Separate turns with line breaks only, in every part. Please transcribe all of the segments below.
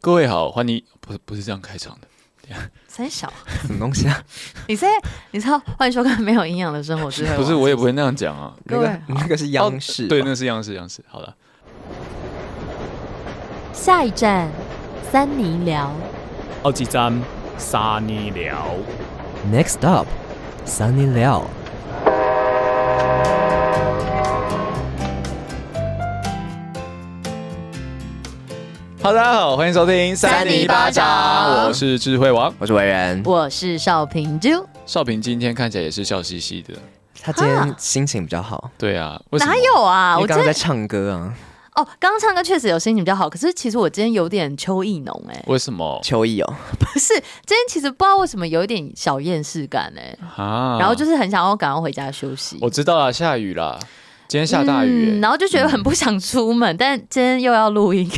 各位好，欢迎不是不是这样开场的，
三小，
什么东西 啊？
你在你知道欢迎收看没有营养的生活智慧，
不是我也不会那样讲啊。哦
各
那
位
个那个是央视、
对，，那是央视央视。好了，
下一站，三尼聊。
奥吉詹沙尼聊，
Next up, Sunny Liao。
好，大家好，欢迎收听
三尼巴掌
我是智慧王
我是维人，
我是少平啾，
少平，今天看起来也是笑嘻嘻的。
他今天心情比较好，
对啊，为什么
哪？有啊？
因
我
为
真
刚刚
的
在唱歌啊，
哦，刚刚唱歌确实有心情比较好，可是其实我今天有点秋意浓哎、
为什么
秋意哦，
不是今天其实不知道为什么有一点小厌世感哎、
啊？
然后就是是很想要赶快回家休息。嗯
我知道啦，下雨啦，今天下大雨欸、嗯
然后就觉得很不想出门，但今天又要录 音，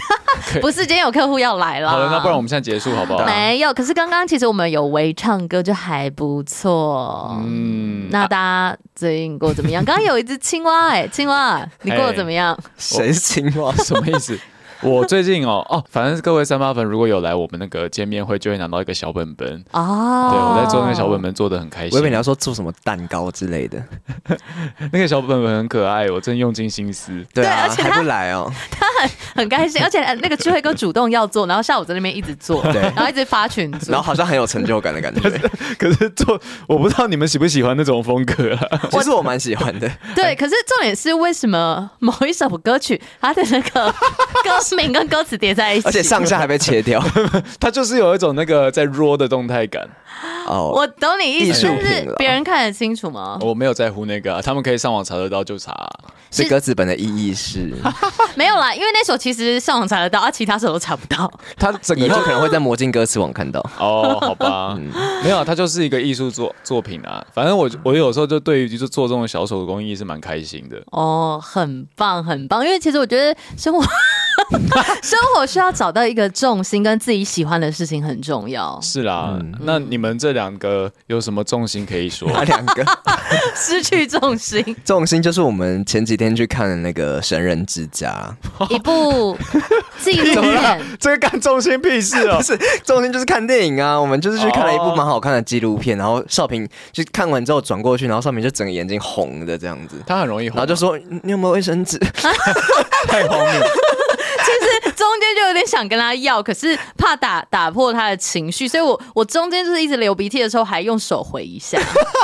不是今天有客户要来啦。
好了，那不然我们现在结束好不好？
嗯没有。可是刚刚其实我们有微唱歌，就还不错。
嗯，
那大家最近过得怎么样？刚刚有一只青蛙、哎，青蛙，你过得怎么样？
谁是青蛙？
什么意思？我最近哦哦，反正各位三八粉如果有来我们那个见面会，就会拿到一个小本本。
哦，
对我在做那个 小本，本，做的很开
我以
心
为。你要说做什么蛋糕之类的，
那个小本本很可爱，我真用尽心思。
对啊，
而且他
还不来哦，
很开心，而且呃那个智慧哥主动要做，然后下午在那边一直做，
对
然后一直发群组
然后。好像很有成就感的感 觉，
可是做，我不知道你们喜不喜欢那种风格啊？
其实我蛮喜欢的，
对，可是重点是为什么某一首歌曲它的那个 歌名跟歌词叠在一起？
而且上下还被切 掉
它就是有一种那个在 raw 的动态感。
哦。
我懂你意思，
艺术
但
品
是
了
别人看得清楚吗？
我没有在乎那个啊、他们可以上网查得到就查啊、
所以歌词本的意义 是，
没有啦，因为那首其实上网查得到，啊，其他首都查不到。
它整
以
个
后
就
可能会在魔镜歌词网 看到。
哦，好 吧，没有啊，它就是一个艺术作作品啊。反正我我有时候就对于就做这种小手工艺是蛮开心的。
哦，很棒，很棒。因为其实我觉得生活 生活需要找到一个重心，跟自己喜欢的事情很重要。
是啦，那你们这两个有什么重心可以说？
那两个
失去重心，
重心就是我们前几天去看的那个《神人之家
一部纪录片。
这个干重心屁事》， 哦
不！是重心就是看电影啊。我们就是去看了一部
哦
蛮好看的纪录片，然后少平就看完之后转过去，然后少平就整个眼睛红的这样子，
他很容易
然
红啊，
后就说嗯你有没有卫生纸？
太荒谬。
其实中间 就有点想跟他要，可是怕打打破他的情绪，所以我我中间就是一直流鼻涕的时候，还用手回一下，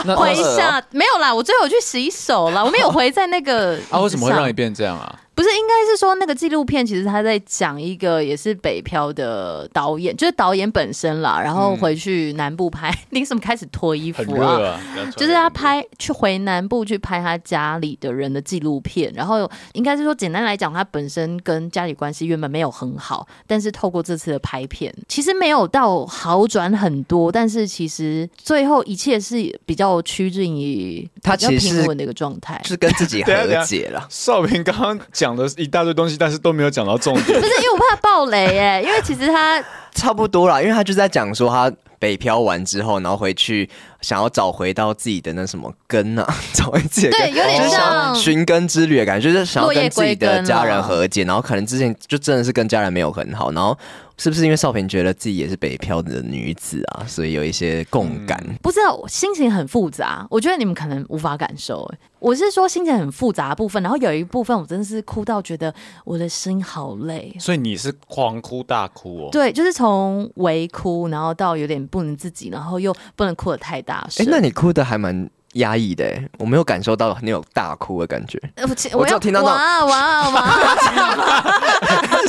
那
回一
呃
下没有啦，我最后去洗手啦，我没有回在那个
啊，为什么会让
椅
你
子上
变这样啊？
不是，应该是说那个纪录片其实他在讲一个也是北漂的导演，就是导演本身啦，然后回去南部拍， 你怎么开始脱衣
很
服啊？
热啊，两川
就是
人
他
很热。
拍去回南部去拍他家里的人的纪录片，然后应该是说简单来讲，他本身跟家里关系原本没有很好，但是透过这次的拍片，其实没有到好转很多，但是其实最后一切是比较趋近于
他
比较
其实
平稳的一个状态
就。是跟自己和解了
少平刚刚讲的一大堆东西，但是都没有讲到重点
不。是因为我怕爆雷哎、因为其实他
差不多啦，因为他就在讲说他北漂完之后，然后回去想要找回到自己的那什么根啊， 找回自己的
对，
根。
有
哦
就
点
是
像
想寻根之旅的感觉，就是想要跟自己的家
哦
人和解，然后可能之前就真的是跟家人没有很好，然后是不是因为少平觉得自己也是北漂的女子啊，所以有一些共感？
嗯
不知道心情很复杂，我觉得你们可能无法感受。哎我是说心情很复杂的部分，然后有一部分我真的是哭到觉得我的心好累。
所以你是狂哭大哭哦。
对，就是从微哭，然后到有点不能自己，然后又不能哭得太大
哎、
声。
那你哭的还蛮压抑的、欸，我没有感受到你有大哭的感觉，
呃我其
我
我
只有
要
听到那种
哇哇 哇！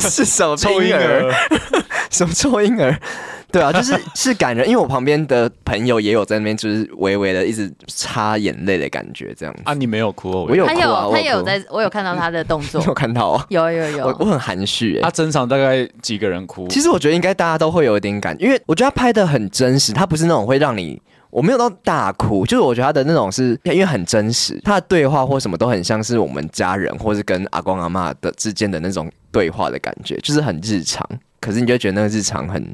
是什么
抽
婴
婴儿，
什么臭婴儿？ 对啊，就是是感人，因为我旁边的朋友也有在那边，就是微微的一直擦眼泪的感觉，这样子。
啊，你没有哭哦，
我有
他
哭啊
有
我
他
有
有
哭
在，我有看到他的动作
你有，看到啊？
有有
我我
有。
很含蓄哎、
他整场大概几个人哭？
其实我觉得应该大家都会有一点感，因为我觉得他拍的很真实，他不是那种会让你。我没有到大哭，就是我觉得他的那种是因为很真实，他的对话或什么都很像是我们家人或是跟阿公阿妈的之间的那种对话的感觉，就是很日常。可是你就会觉得那个日常很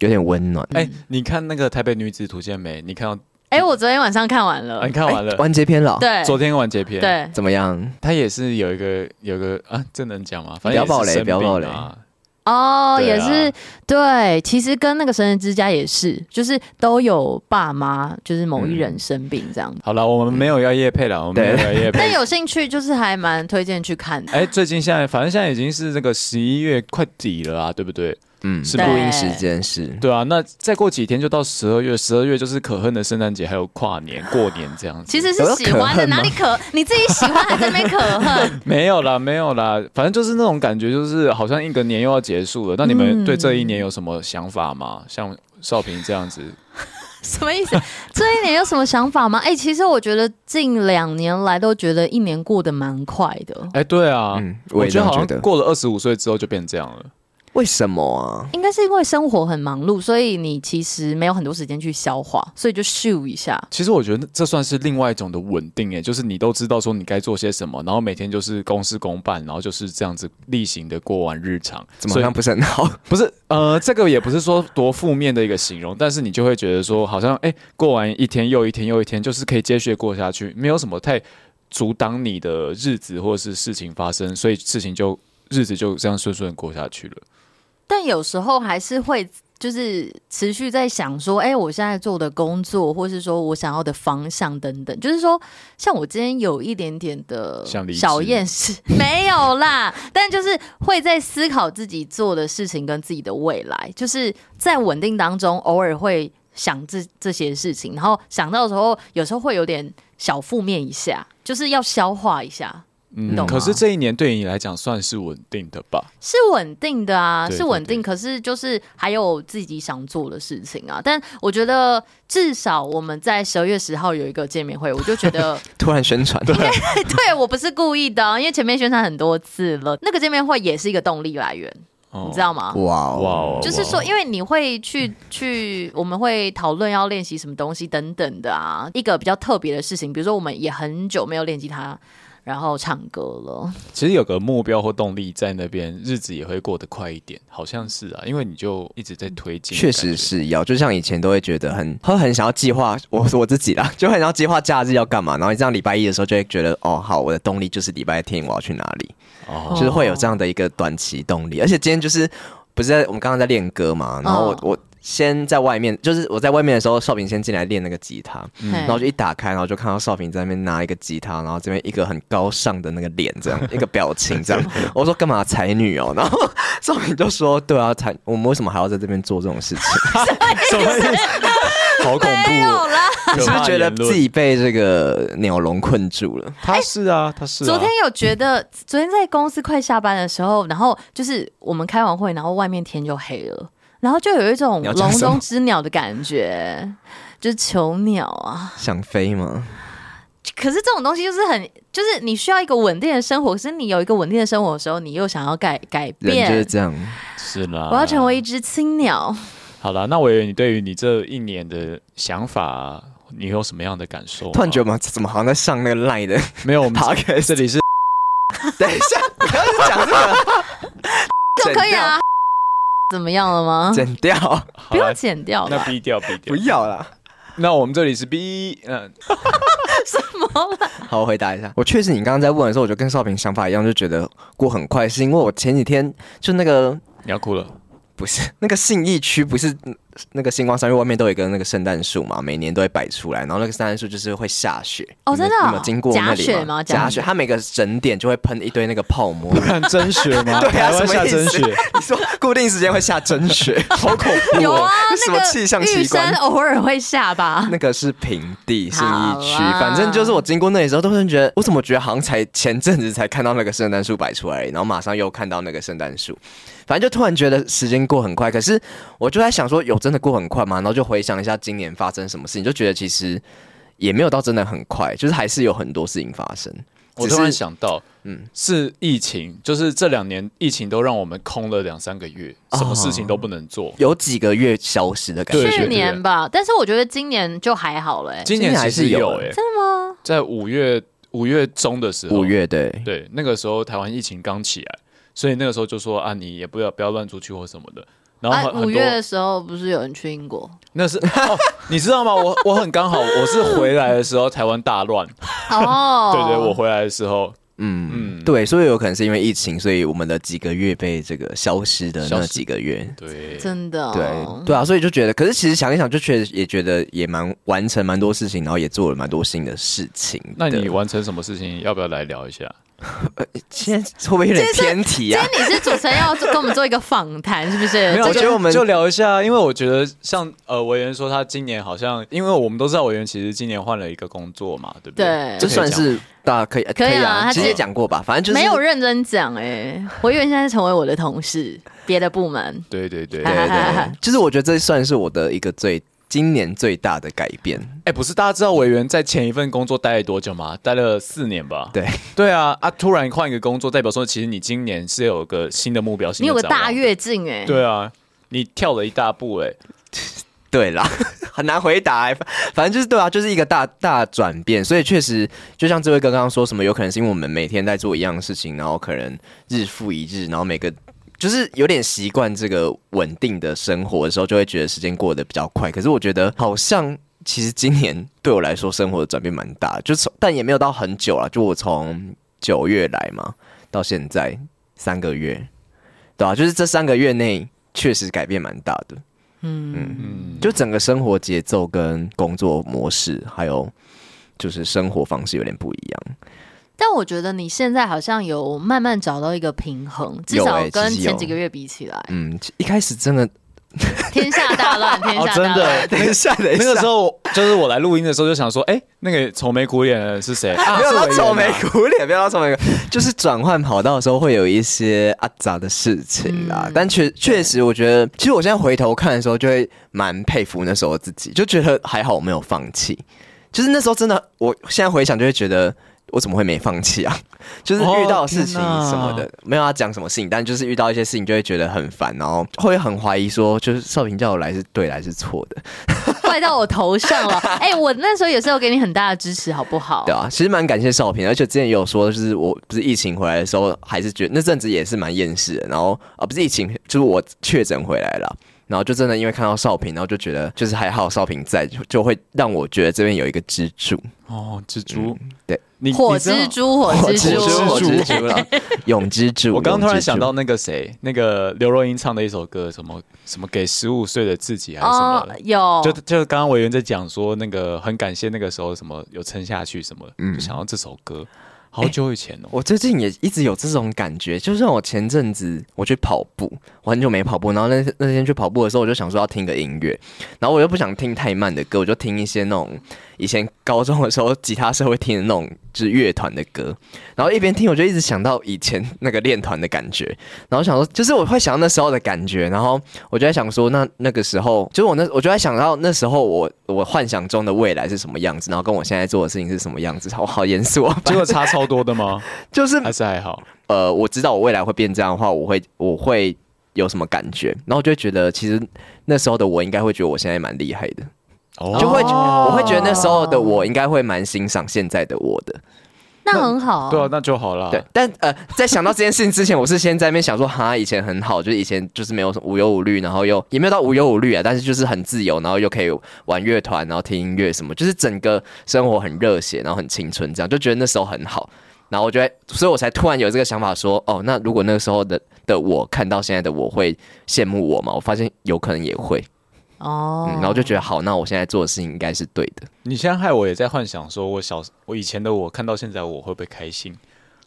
有点温暖。
哎，你看那个《台北女子图鉴》没？你看到
哎，我昨天晚上看完了
啊？你，看完了
哎。完结篇了哦，
对
昨天完结篇，，
对，
怎么样？
他也是有一个有一个啊，这能讲吗？反正
不要
也
爆
是
雷
生病
不要爆
啊。
哦，
对啊
也是对，其实跟那个《神人之家》也是，就是都有爸妈，就是某一
嗯
人生病这样。
好了，我们没有要夜配了，我们没有
对
要夜
但
配。
有兴趣，就是还蛮推荐去看的。
哎，最近现在反正现在已经是这个十一月快底了啊，对不对？
嗯，
是
是
吧
录音时间是。
对啊，那再过几天就到十二月，十二月就是可恨的圣诞节，还有跨 年、过年这样子。
其实是喜欢的，
有要可恨吗
哪里可？你自己喜欢还在那边可恨？
没有啦，没有啦，反正就是那种感觉，就是好像一个年又要结束了。那你们
嗯
对这一年有什么想法吗？像少平这样子，
什么意思？这一年有什么想法吗？哎、其实我觉得近两年来都觉得一年过得蛮快的，
哎、对啊，
嗯我
我
也这
觉得
样
好
觉
像
得
过了二十五岁之后就变这样了。
为什么啊？
应该是因为生活很忙碌，所以你其实没有很多时间去消化，所以就咻一下。
其实我觉得这算是另外一种的稳定，哎，就是你都知道说你该做些什么，然后每天就是公事公办，然后就是这样子例行的过完日常。
怎么
所
好
以
像不是很好？
不是，呃，这个也不是说多负面的一个形容，但是你就会觉得说，好像哎、过完一天又一天又一天，就是可以接续地过下去，没有什么太阻挡你的日子或者是事情发生，所以事情就日子就这样顺顺地过下去了。
但有时候还是会就是持续在想说，哎、我现在做的工作，或是说我想要的方向等等，就是说，像我今天有一点点的
想离职
小厌世， 没有啦，但就是会在思考自己做的事情跟自己的未来，就是在稳定当中，偶尔会想这这些事情，然后想到的时候，有时候会有点小负面一下，就是要消化一下。懂吗
嗯可是这一年对你来讲算是稳定的吧？
是稳定的啊，
对
是稳
对
定。可是就是还有自己想做的事情啊。但我觉得至少我们在十二月十号有一个见面会，我就觉得，
突然宣传，
对我不是故意的啊，因为前面宣传很多次了。那个见面会也是一个动力来源，
哦
你知道吗？
哇
哇哦，
哦，
就是说，
哇哦
因为你会去去，我们会讨论要练习什么东西等等的啊。一个比较特别的事情，比如说我们也很久没有练吉他，然后唱歌了。
其实有个目标或动力在那边，日子也会过得快一点，好像是啊，因为你就一直在推进，
确实。是要，就像以前都会觉得很，会很想要计划，我我自己啦， 就很想要计划假日要干嘛，然后这样礼拜一的时候就会觉得，哦，好，我的动力就是礼拜天我要去哪里，
哦
就是会有这样的一个短期动力。而且今天就是不是在我们刚刚在练歌嘛，然后我、
嗯
我先在外面，就是我在外面的时候，少平先进来练那个吉他，
嗯
然后就一打开，然后就看到少平在那边拿一个吉他，然后这边一个很高尚的那个脸，这样一个表情，这样我说干嘛才女哦，然后少平就说对啊，才我们为什么还要在这边做这种事情？
什么意思？ 好恐怖、哦！
啦，
可
是不
怕
是觉得
言论
自己被这个鸟笼困住了？
他是啊，他是、啊。
昨天有觉得，昨天在公司快下班的时候，然后就是我们开完会，然后外面天就黑了，然后就有一种
你要讲
笼
什么
中之鸟的感觉，就是囚鸟啊。
想飞吗？
可是这种东西就是很，就是你需要一个稳定的生活，可是你有一个稳定的生活的时候，你又想要改改
人就是啊
变。
这样，
是啦，
我要成为一只青鸟，
好啦，那委员，你对于你这一年的想法，你有什么样的感受吗？
突然觉得嘛，怎么好像在上那个赖的
没有，我 们
podcast？
这里是
等一下， 不要再讲这个，
就可以啊？怎么样了吗？
剪掉，剪掉，
不用剪掉
那
吧？
逼掉逼掉
不。要啦。
那我们这里是 B，嗯、
什么啦？
好，我回答一下。我确实，你刚刚在问的时候，我就跟少平想法一样，就觉得过很快，是因为我前几天就那个
你要哭 了。
不是那个信义区，不是嗯那个星光三月外面都有一个那个圣诞树嘛，每年都会摆出来，然后那个圣诞树就是会下雪。
哦
你
真
们
的哦
你们有经过那里
假雪吗
假
假
雪，它每个整点就会喷一堆那个泡沫。
看真雪吗？
对 啊
台湾
什么
下
意思
真雪，
你说固定时间会下真雪， 好恐怖、哦！
有啊，
这什
那
么
个
气象
玉
奇观
山？偶尔会下吧。
那个是平地信义区
好，啦
反正就是我经过那里的时候，都是觉得我怎么觉得好像才前阵子才看到那个圣诞树摆出来，然后马上又看到那个圣诞树，反正就突然觉得时间过很快。可是我就在想说，有真的过很快吗？然后就回想一下今年发生什么事情，就觉得其实也没有到真的很快，就是还是有很多事情发生。
我
只
突然
是
想到，嗯
嗯，
是疫情，就是这两年疫情都让我们空了两三个月，
哦
什么事情都不能做。
有几个月消失的感
对
觉，
对
去
对
年吧，但是我觉得今年就还好了、欸。
今年
今年还
其实
是有
有
欸
诶、
真的吗？
在五月五月中的时候，
五月对，
对，那个时候台湾疫情刚起来，所以那个时候就说啊，你也不要不要乱出去或什么的。然后
哎，
很很
五
多
月的时候不是有人去 英国？
那是、哦、你知道吗？我我很刚好，我是回来的时候台湾大乱，
哦，
对对，我回来的时候，
嗯
嗯
对，所以有可能是因为疫情，所以我们的几个月被这个消失的
消
那
失
几个月，
对，
真的、哦
对，对啊，所以就觉得，可是其实想一想，就确实也觉得也蛮完成蛮多事情，然后也做了蛮多新的事情的。
那你完成什么事情？要不要来聊一下？
现在会不会有点偏题 啊？
今天你是主持人，要跟我们做一个访谈，是不是？
没有我
这
觉
个
得我们
就聊一下，因为我觉得像呃维园说他今年好像，因为我们都知道维园其实今年换了一个工作嘛，对不
对
这算是大家可以呃
啊可以啊他
其
这
实也讲过吧，反正就
没
是
有认真讲哎、我以为现在成为我的同事，别的部门。
对对对
对
哎
对。
对对， 就是我觉得这算是我的一个最今年最大的改变。
哎，不是大家知道维园在前一份工作待了多久吗？待了四年吧。
对
对啊啊！突然换一个工作，代表说其实你今年是有个新的目标，
你有个大
月。
跃进哎、
对啊，你跳了一大步哎、
对啦， 很难回答欸、反正就是对啊，就是一个大大转变，所以确实就像这位哥刚刚说什么，有可能是因为我们每天在做一样的事情，然后可能日复一日，然后每个就是有点习惯这个稳定的生活的时候，就会觉得时间过得比较快。可是我觉得好像其实今年对我来说生活的转变蛮大，就从但也没有到很久了，就我从九月来嘛，到现在三个月，对啊，就是这三个月内确实改变蛮大的。
嗯，
就整个生活节奏跟工作模式，还有就是生活方式有点不一样。
但我觉得你现在好像有慢慢找到一个平衡，至
有
少
欸
跟
其实有
前几个月比起来，
嗯，一开始真的，。
天下大乱，天
哦
下，
真
大乱。
的
等一下，等
那个时候就是我来录音的时候，就想说，哎、那个愁眉苦脸的人是谁？ 啊
没有
是
到
委员
愁
啊
眉苦脸，没有到愁眉苦脸，就是转换跑道的时候会有一些阿杂的事情啦。
嗯
但确确实，我觉得，其实我现在回头看的时候，就会蛮佩服那时候自己，就觉得还好我没有放弃。就是那时候真的，我现在回想就会觉得。我怎么会没放弃啊？ 就是遇到事情什么的，
哦天
没有要讲什么事情，但就是遇到一些事情就会觉得很烦，然后会很怀疑说，就是少平叫我来是对还是错的，
怪到我头上了。哎、我那时候也是有给你很大的支持，好不好？
对啊，其实蛮感谢少平的，而且之前也有说，就是我不是疫情回来的时候，还是觉得那阵子也是蛮厌世的。然后啊，不是疫情，就是我确诊回来了，然后就真的因为看到少平，然后就觉得就是还好少平在，就就会让我觉得这边有一个支柱，
哦，蜘蛛，
嗯对
你
火
你知道
蜘蛛，火
火
蜘
蜘蛛
蛛，
火蜘蛛了，永之柱。
我刚刚突然想到
永
那个谁，那个刘若英唱的一首歌，什么什么给十五岁的自己还是什么
哦
的。，
有，
就就刚刚委员在讲说，那个很感谢那个时候什么有撑下去什么，就想到这首歌，好久以前哦
嗯哎之柱，我最近也一直有这种感觉，就像我前阵子我去跑步，我很久没跑步，然后那那天去跑步的时候，我就想说要啊听个音乐，然后我又不想听太慢的歌，我就听一些那种以前高中的时候吉他社会听的那种就是乐团的歌，然后一边听我就一直想到以前那个练团的感觉，然后想说就是我会想到那时候的感觉，然后我就在想说那那个时候就是我那我就在想到那时候我我幻想中的未来是什么样子，然后跟我现在做的事情是什么样子，我好严肃啊，
结果差超多的吗？
就是
还是还好？
呃，我知道我未来会变这样的话，我会我会有什么感觉？然后我就会觉得，其实那时候的我应该会觉得我现在蛮厉害的，
哦
就会觉我会觉得那时候的我应该会蛮欣赏现在的我的。
那很好，
对啊，那就好了。
对，但呃，在想到这件事情之前，我是先在那边想说，哈，以前很好，就是以前就是没有什么无忧无虑，然后又也没有到无忧无虑啊，但是就是很自由，然后又可以玩乐团，然后听音乐什么，就是整个生活很热血，然后很青春，这样就觉得那时候很好。然后我觉得，所以我才突然有这个想法说，哦，那如果那个时候的的我看到现在的我会羡慕我吗？我发现有可能也会，
哦
嗯，，然后就觉得好，那我现在做的事情应该是对的。
你现在害我也在幻想，说我小我以前的我看到现在我会不会开心？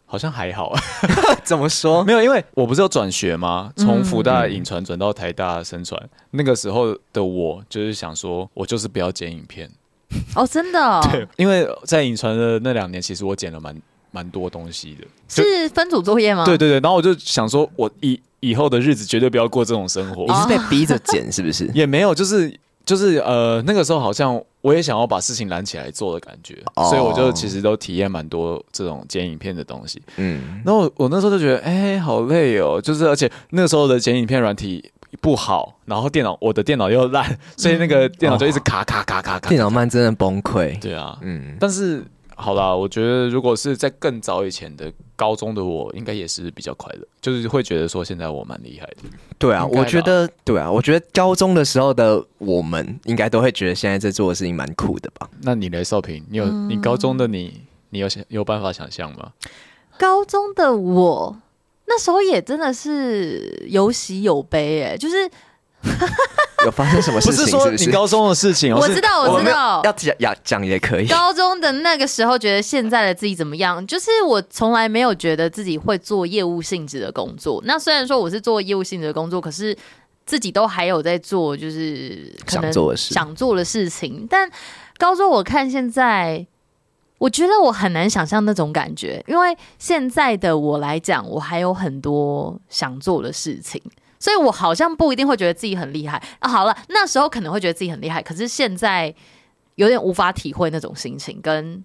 好像还好，
怎么说？
没有，因为我不是有转学吗？
嗯
从福大影传转到台大生传，那个时候的我就是想说，我就是不要剪影片，
哦，真的哦，
因为在影传的那两年，其实我剪了蛮蛮多东西的。就是
分组作
嗯
业吗？
对对对，然后我就想说，我以以后的日子绝对不要过这种生活
你，是被逼着剪是不是？
也没有，就是就是呃，那个时候好像我也想要把事情揽起来做的感觉，
哦
所以我就其实都体验蛮多这种剪影片的东西。
嗯，
然后我我那时候就觉得，哎、好累哦，就是而且那时候的剪影片软体不好，然后电脑我的电脑又烂，所以那个电脑就一直卡卡卡卡卡。
哦电脑慢真的崩溃。
对啊，
嗯，
但是好啦，我觉得如果是在更早以前的高中的我，应该也是比较快乐，就是会觉得说现在我蛮厉害的。
对啊，
应该吧
我觉得对啊，我觉得高中的时候的我们应该都会觉得现在在做的事情蛮酷的吧？
嗯那你嘞，少平，你有、你高中的你，你有想有办法想象吗？
高中的我那时候也真的是有喜有悲、哎，就是
有发生什呃么事
不
情？
是
是
说
不
你
是？
高中的事情哦，
我
是
知道，
我
我
们
知道，
要讲要讲也可以。
高中的那个时候，觉得现在的自己怎么样？就是我从来没有觉得自己会做业务性质的工作。那虽然说我是做业务性质的工作，可是自己都还有在做，就是可能
想做的事
想做的事情。但高中我看现在，我觉得我很难想象那种感觉，因为现在的我来讲，我还有很多想做的事情。所以我好像不一定会觉得自己很厉害啊。好了，那时候可能会觉得自己很厉害，可是现在有点无法体会那种心情，跟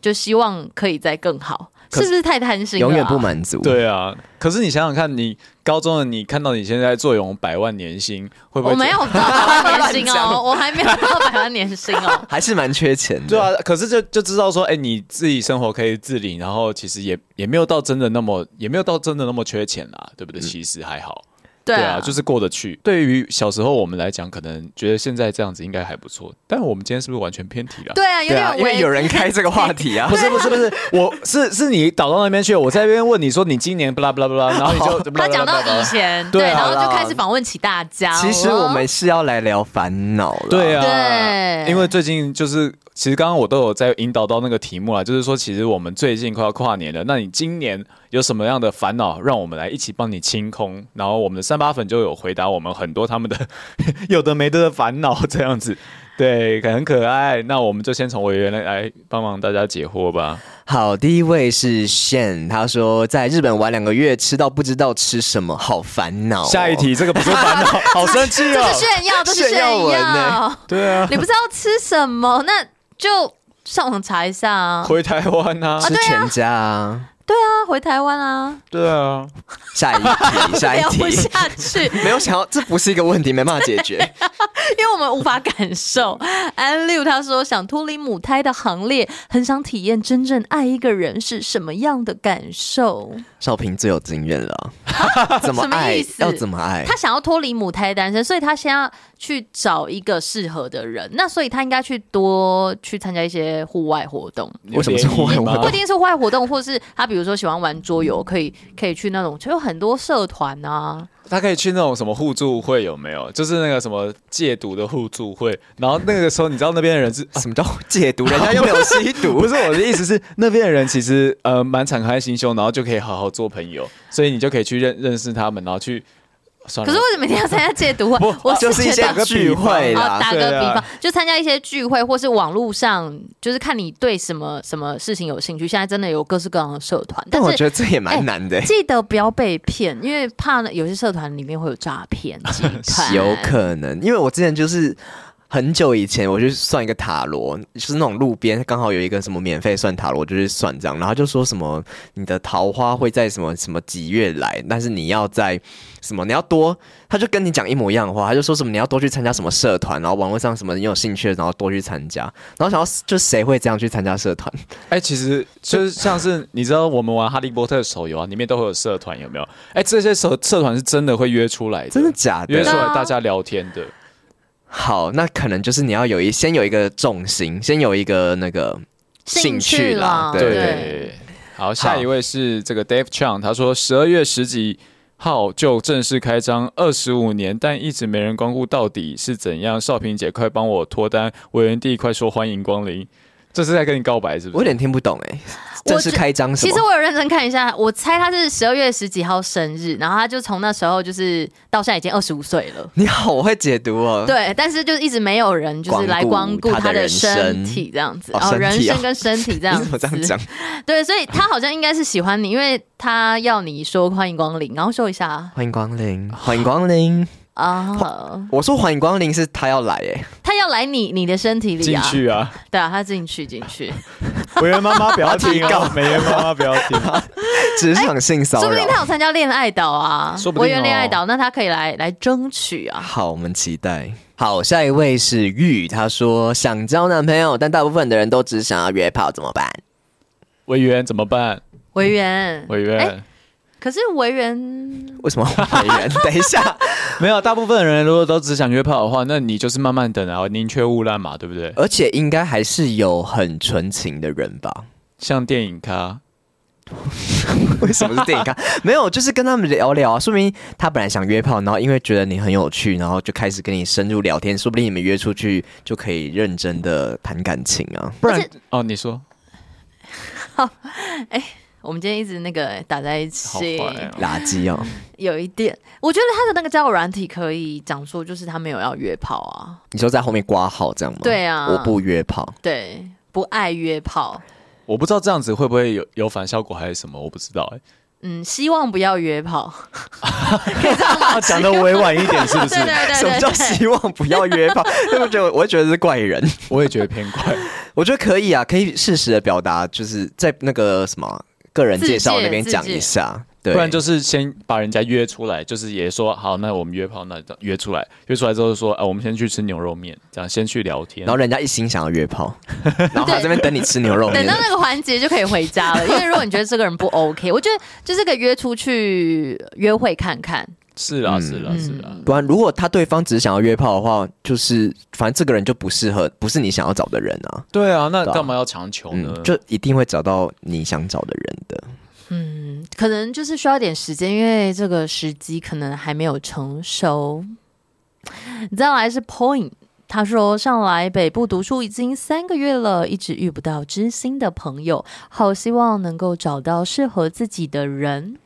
就希望可以再更好，是
可
不是太贪心了啊、
永远不满足。，。
对啊，可是你想想看，你高中的你看到你现在坐拥百万年薪，会不会？
我没有。到百万年薪哦，我还没有到百万年薪哦
还是蛮缺钱的。
对啊，可是就就知道说，哎、你自己生活可以自理，然后其实也也没有到真的那么，也没有到真的那么缺钱啦，对不对？
嗯
其实还好，
对
啊，就是是过得去。对于小时候我们来讲，可能觉得现在这样子应该还不错，但我们今天是不是完全偏题了？
对啊，有
对啊，
点
因为
为
有人开这个话 题啊
不。是不是不是，我是是你导到那边去，我在那边问你说你今年巴拉巴拉巴拉，然后你就
他讲到以前，对，
对啊
然后
好
就
啦
开始访问起大家了。
其实我们是要来聊烦恼了。
对啊，
对
因为最近就是，其实刚刚我都有在引导到那个题目啊，就是说，其实我们最近快要跨年了，那你今年有什么样的烦恼，让我们来一起帮你清空？然后我们的三八粉就有回答我们很多他们的 有的没的的烦恼，这样子，对，很可爱。那我们就先从委员来来帮忙大家解惑吧。
好，第一位是线，他说在日本玩两个月，吃到不知道吃什么，好啊烦恼、哦
下一，题，这个不是烦 恼，好生气
这
哦
是。炫耀，这是
炫耀文
耀
呢。
对啊，
你不知道吃什么，那就上网查一下啊。
回台湾啊，
吃全家啊。
那回台湾啊，
对啊，
下一题，下 一
聊不
题。
下去，
没有想到，这不是一个问题，没办法解决。
因为我们无法感受。安六他说想脱离母胎的行列，很想体验真正爱一个人是什么样的感受。
少平最有经 验了，怎么
什么
爱
意思
要怎么爱
他？想要脱离母胎单身，所以他先要去找一个适合的人。那所以他应该去多去参加一些户外活动。
为什么是外
联谊吗
不一定是户外活动，或是他比如说喜欢玩桌游，可以可以去那种，就有很多社团啊，
他可以去那种什么互助会有没有？就是那个什么戒毒的互助会，然后那个时候你知道那边的人是。啊
什么叫解毒？人家又没有吸毒，
不是我的意思是，那边的人其实呃蛮敞开心胸，然后就可以好好做朋友，所以你就可以去认认识他们，然后去。算
可
了
是为什么一定要参加戒毒会？
不
我
就是一
觉
些
得。
聚会
哦，
啦。
打个
对
比
啊
方，就参加一些聚会，或是网络上，就是看你对什么什么事情有兴趣。现在真的有各式各样的社团，
但
但
我
是哎
觉得哎这也蛮难的，
记得不要被骗，因为怕有些社团里面会有诈骗集团。
有可能，因为我之前就是。很久以前，我就算一个塔罗，就是那种路边刚好有一个什么免费算塔罗，我就去算这样，然后就说什么你的桃花会在什么什么几月来，但是你要在什么你要多，他就跟你讲一模一样的话，他就说什么你要多去参加什么社团，然后网络上什么你有兴趣的，然后多去参加，然后想要就谁会这样去参加社团？
哎、其实就是像是你知道我们玩哈利波特手游啊，里面都会有社团有没有？哎、这些社社团是真的会约出来的，
真的假
约出
的？
来大家聊天的。
好，那可能就是你要有一先有一个重心，先有一个那个
兴趣啦
啦，
对
对，好，下一位是这个 Dave Chang，他说十二月十几号就正式开张，二十五年，但一直没人光顾，到底是怎样？少平姐，快帮我脱单，委员弟，快说欢迎光临。这是在跟你告白是不
我有
是？
点听不懂哎、
我
正式
觉
开张什
其
么
实？我有认真看一下，我猜他是十二月十几号生日，然后他就从那时候就是到现在已经二十五岁了。
你好，我会解读哦。，
对，但是就是一直没有人就是来光
光顾
顾
他的
他的
人生
身体这样子，
哦身体
人
哦
生跟身体这样
你怎么这样
子
讲？
对，所以他好像应该是喜欢你，因为他要你说欢迎光临，然后说一下啊
欢迎光临，欢迎光临。
啊，
我说欢迎光临是他要来哎、
他要来你你的身体里
进
啊，
去啊，
对啊，他进去进 去，
委员妈妈不要听哦，委员妈妈不要听。
职场性骚
哎说不
扰
定。他有参加恋爱岛啊
说，不定哦
我有恋爱岛，那他可以来来争取啊。
好，我们期待。好，下一位是玉，他说想交男朋友，但大部分的人都只想要约炮，怎么 办？
委员怎么办？
维园，
委员、
哎可是维园
为什么我没人？等一 下，
没有，大部分人如果都只想约炮的话，那你就是慢慢等啊，宁缺毋滥嘛，对不对？
而且应该还是有很纯情的人吧？
像电影咖，
为什么是电 影咖？没有，就是跟他们聊聊啊，说明他本来想约炮，然后因为觉得你很有趣，然后就开始跟你深入聊天，说不定你们约出去就可以认真的谈感情 啊。
不
而
然
且
哦，你说
我们今天一直那个打在一
好
起，
坏哦，
垃圾哦，
有一点，我觉得他的那个交友软体可以讲说，就是他没有要约炮啊，
你说在后面挂号这样吗？
对啊
我不约炮。
对，不爱约炮，
我不知道这样子会不会有有反效果还是什么，我不知道 哎、
嗯，希望不要约炮，
啊讲的委婉一点是不是
对？对对对
什么叫
对
希望不要约炮？ 对不对？我会觉得是怪人。
我也觉得偏怪。
我觉得可以啊，可以适时的表达，就是在那个什么个人介绍那边
自介
讲一下。 对，
不然就是先把人家约出来，就是也说好，那我们约炮，那就约出来，约出来之后就说，啊，我们先去吃牛肉面，这样先去聊天。
然后人家一心想要约 炮，然后他这边等你吃牛肉 面
等到。那个环节就可以回家了，因为如果你觉得这个人不 OK，我觉得就是个约出去约会看看，
是啦，
嗯
是啦，
嗯
是啊啦，
不然，如果他对方只是想要约炮的话，就是反正这个人就不适合，不是你想要找的人啊。
对啊，那
对啊
干嘛要强求呢
嗯？，就一定会找到你想找的人的。
嗯，可能就是需要一点时间，因为这个时机可能还没有成熟。再来是 Point，他说上来北部读书已经三个月了，一直遇不到知心的朋友，好希望能够找到适合自己的人，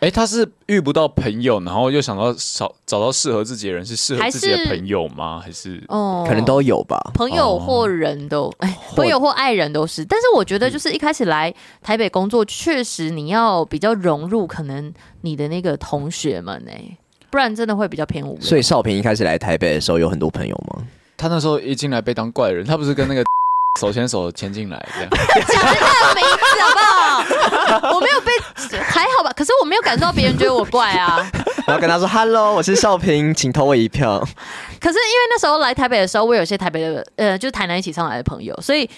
哎，他是遇不到朋友，然后又想到找找到适合自己的人，是适合自己的
还是
朋友吗？还是
哦，
可能都有吧。
朋友或人都，哎、朋友或爱人都是。但是我觉得，就是一开始来台北工作，确实你要比较融入可能你的那个同学们哎、不然真的会比较偏无聊。
所以少平一开始来台北的时候有很多朋友 吗？
他那时候一进来被当怪人？他不是跟那个 手牵手牵进来这样？
讲那个名字好不好？我没有被，还好吧。可是我没有感受到别人觉得我怪啊。
然后跟他说 “Hello，我是少平，请投我一票。
可是因为那时候来台北的时候，我有一些台北的呃，就是台南一起上来的朋友，所以、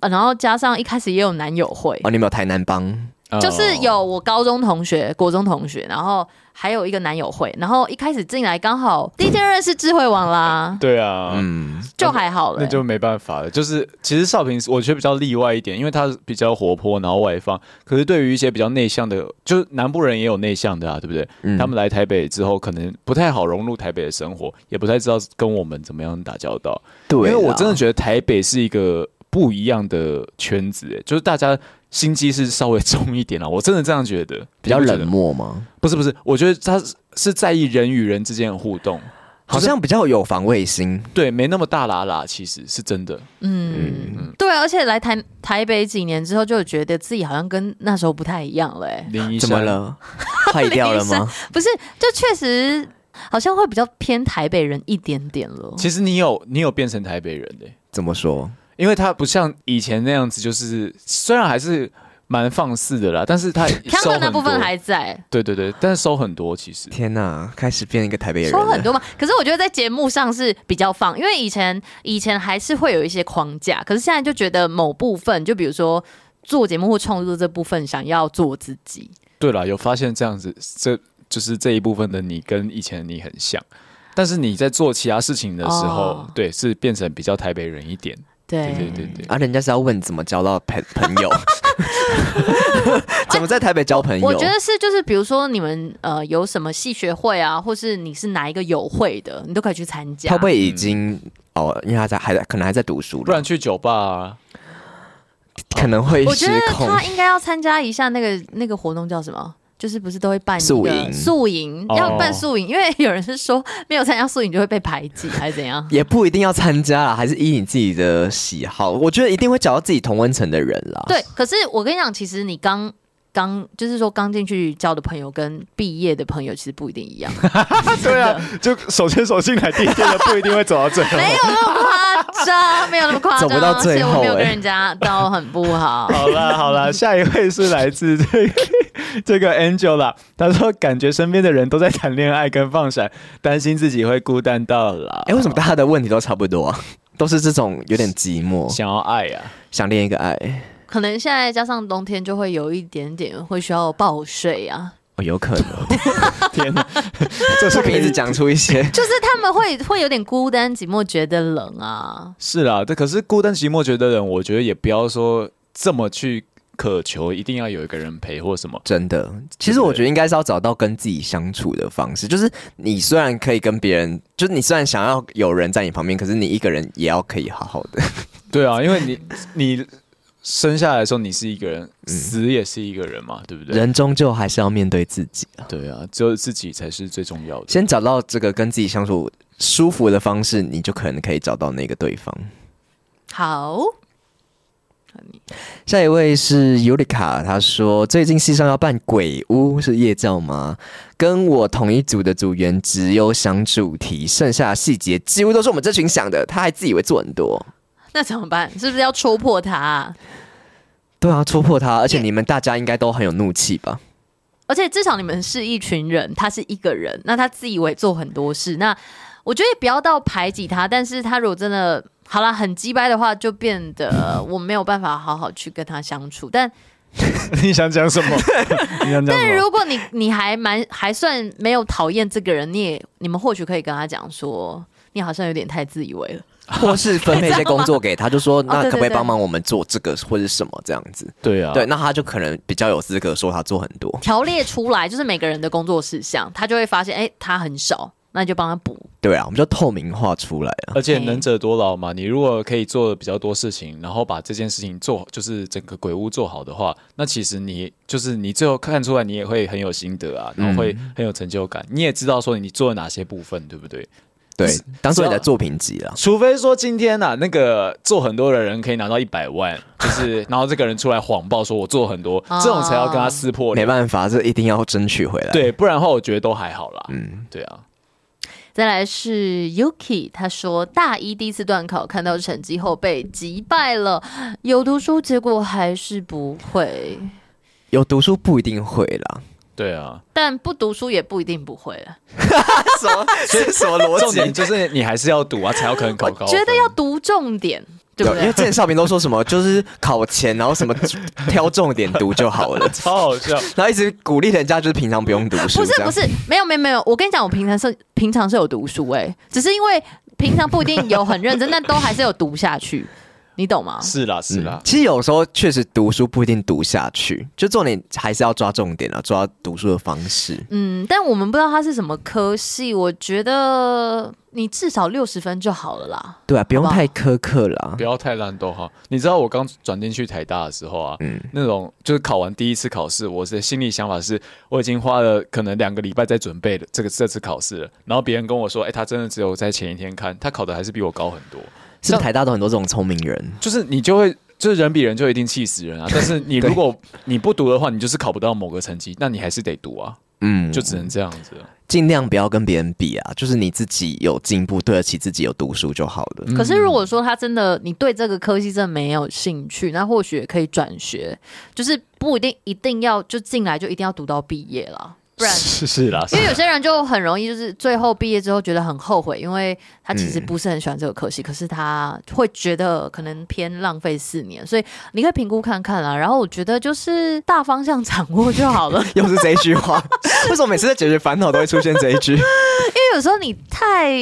呃然后加上一开始也有男友会”
哦，，你们有台南帮？
就是
哦
有我高中同学、国中同学，然后还有一个男友会，然后一开始进来刚好第一天认识智慧 王啦，
对啊，
嗯，
就还好了、欸
那就没办法了。就是其实少平是我觉得比较例外一点，因为他比较活泼，然后外放。可是对于一些比较内向的，就是南部人也有内向的啊，对不对？
嗯
他们来台北之后，可能不太好融入台北的生活，也不太知道跟我们怎么样打交道。
对
因
啦，
为我真的觉得台北是一个不一样的圈子、欸就是大家心机是稍微重一点啦。啊我真的这样觉得，
比较
你不觉得
冷
吗。
漠吗？
不是不是，我觉得他是是在意人与人之间的互动，
好像比较有防卫心。
对，没那么大啦啦，其实是真的。
嗯，对，而且来台台北几年之后，就觉得自己好像跟那时候不太一样了、欸，
林一
怎么
山？
了？
啊
坏掉了吗？
不是，就确实好像会比较偏台北人一点点了。
其实你有你有变成台北人的、
怎么说？
因为他不像以前那样子，就是虽然还是蛮放肆的啦，但是 他
他
收
们
很
那
多，
部分还在。
对对对，但是收很多其实。
天哪，开始变一个台北人
说
了。
很多嘛，可是我觉得在节目上是比较放，因为以前以前还是会有一些框架，可是现在就觉得某部分，就比如说做节目或创作这部分，想要做自己。
对啦，有发现这样子，这就是这一部分的你跟以前的你很像，但是你在做其他事情的时候，
哦
对，是变成比较台北人一点。对
对
对对对，
啊，人家是要问怎么交到朋朋 友，怎么在台北交朋友？
我觉得是就是比如说你们呃有什么系学会啊，或是你是哪一个友会的，你都可以去参加。
会不会已经哦，因为他在还在可能还在读书，
不然哦去酒吧、啊，
可能会
我觉
失
得
控。
他应该要参加一下那个那个活动叫什么？就是不是都会办一个
宿营
宿营
哦
要办宿营，因为有人是说没有参加宿营就会被排挤，还是怎样？
也不一定要参加啦，还是依你自己的喜好。我觉得一定会找到自己同温层的人啦。
对，可是我跟你讲，其实你刚刚就是说刚进去交的朋友跟毕业的朋友其实不一定一 样，
对啊，就手牵手进来第一天的不一定会走到最后。
没有那么夸张，没有那么夸张，
走不到最后
而且我没有
欸
跟人家都很不好。
好啦好啦，下一位是来自这个 这个 Angela，她说感觉身边的人都在谈恋爱跟放闪，担心自己会孤单到老。
哎、为什么大家的问题都差不多、啊？都是这种有点寂寞，
想要爱 啊？
想恋一个爱。
可能现在加上冬天，就会有一点点会需要报税啊，
哦，有可能，
天哪，这
这
是
可
可
以一
以
直讲出一些。
就是他们会会有点孤单寂寞，觉得冷啊。
是啦，这可是孤单寂寞觉得人，我觉得也不要说这么去渴求一定要有一个人陪或什么。
真的，其实我觉得应该是要找到跟自己相处的方式，就是你虽然可以跟别人，就是你虽然想要有人在你旁边，可是你一个人也要可以好好的。
对啊，因为你你生下来的时候你是一个人，死也是一个嗯人嘛，对不对？
人终究还是要面对自己啊，
对啊，只有自己才是最重要的。
先找到这个跟自己相处舒服的方式，你就可能可以找到那个对方。
好，
下一位是尤里卡，他说最近系上要办鬼屋，是夜教吗？跟我同一组的组员只有想主题，剩下的细节几乎都是我们这群想的，他还自以为做很多。
那怎么办？是不是要戳破他啊、
对啊，戳破他，而且你们大家应该都很有怒气吧？
而且至少你们是一群人，他是一个人，那他自以为做很多事，那我觉得也不要到排挤他，但是他如果真的好啦，很鸡掰的话，就变得我没有办法好好去跟他相处。但
你想讲什么？ 你想讲
但
什么？
如果你你还蛮还算没有讨厌这个人，你也你们或许可以跟他讲说，你好像有点太自以为了。
或是分配一些工作给他，就说那
对
可不可以
对对
帮忙我们做这个或者什么这样子？
对啊，
对，那他就可能比较有资格说他做很多。
条列出来就是每个人的工作事项，他就会发现，哎、他很少，那你就帮他补。
对啊，我们就透明化出来啊。
而且
嘿
能者多劳嘛，你如果可以做的比较多事情，然后把这件事情做，就是整个鬼屋做好的话，那其实你就是你最后看出来，你也会很有心得啊，然后会很有成就感，你也知道说你做了哪些部分，对不对？
对
是，
当做你的
是啊
作品集啦。
除非说今天呐、啊，那个做很多的人可以拿到一百万，就是然后这个人出来谎报说我做很多，这种才要跟他撕破
没
脸。
办法，这一定要争取回来。，
啊对，不然的话，我觉得都还好啦。嗯，对啊，
再来是 Yuki，他说大一第一次段考，看到成绩后被击败了，有读书，结果还是不会，
有读书不一定会啦。
对啊。
但不读书也不一定不会啊了。
什么？是什么逻
重点就是你还是要赌啊，才有可能考高分。
觉得要读重点，对不
因为
对？
之前少平都说什么，就是考前然后什么挑重点读就好了，
超好笑。
然后一直鼓励人家就是平常不用读书。
不是
这样
不，是，没有没有没有，我跟你讲，我平常是平常是有读书哎、只是因为平常不一定有很认真，但都还是有读下去，你懂吗？
是啦，是啦
嗯，其实有时候确实读书不一定读下去，就重点还是要抓重点啊，抓读书的方式。
嗯，但我们不知道他是什么科系，我觉得你至少六十分就好了啦。
对啊，不用
好不好
太苛刻啦
不。要太烂都好。你知道我刚转进去台大的时候啊，
嗯
那种就是考完第一次考试，我的心里想法是，我已经花了可能两个礼拜在准备了这个这次考试了。然后别人跟我说，哎、他真的只有在前一天看，他考的还是比我高很多。
是不是台大都很多这种聪明人，
就是你就会。就是人比人就一定气死人啊！但是你
对
如果你不读的话，你就是考不到某个成绩，那你还是得读啊，
嗯，
就
就
只能这样子了。
尽量不要跟别人比啊，就是你自己有进步，对得起自己有读书就好了。
嗯
可是如果说他真的你对这个科系真的没有兴趣，那或许也可以转学，就是不一定一定要就进来就一定要读到毕业了，不然。
是是啦，
因为有些人就很容易，就是最后毕业之后觉得很后悔，因为他其
嗯
实不是很喜欢这个科系，可是他会觉得可能偏浪费四年，所以你可以评估看看啦。然后我觉得就是大方向掌握就 好了，
又是这一句话，为什么每次在解决烦恼都会出现这一句？
因为有时候你太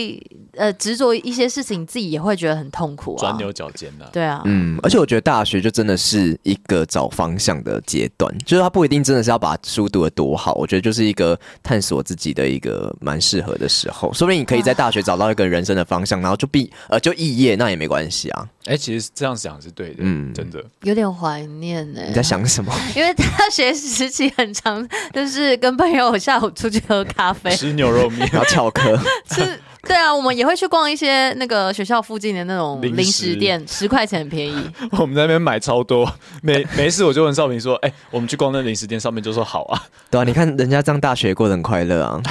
呃执着一些事情，自己也会觉得很痛苦啊。
钻牛角尖啦。
对啊，
嗯，而且我觉得大学就真的是一个找方向的阶段，就是它不一定真的是要把书读得多好，我觉得就是一个探索自己的一个蛮适合的时候，说不定你可以在大学找到一个人生的方向，然后就毕呃就肄业，那也没关系啊。
哎、其实这样想是对的，
嗯
真的。
有点怀念欸呢、
你在想什么？，
因为大学时期很长，就是跟朋友下午出去喝咖 啡，
吃牛肉面
然后翘课，
吃。对啊，我们也会去逛一些那个学校附近的那种
零
零
食
食店，十块钱很便宜。
我们在那边买超多， 没没事我就问少平说：“哎、我们去逛那零食店，上面就说好 啊，
对啊，你看人家这样大学过得很快乐啊，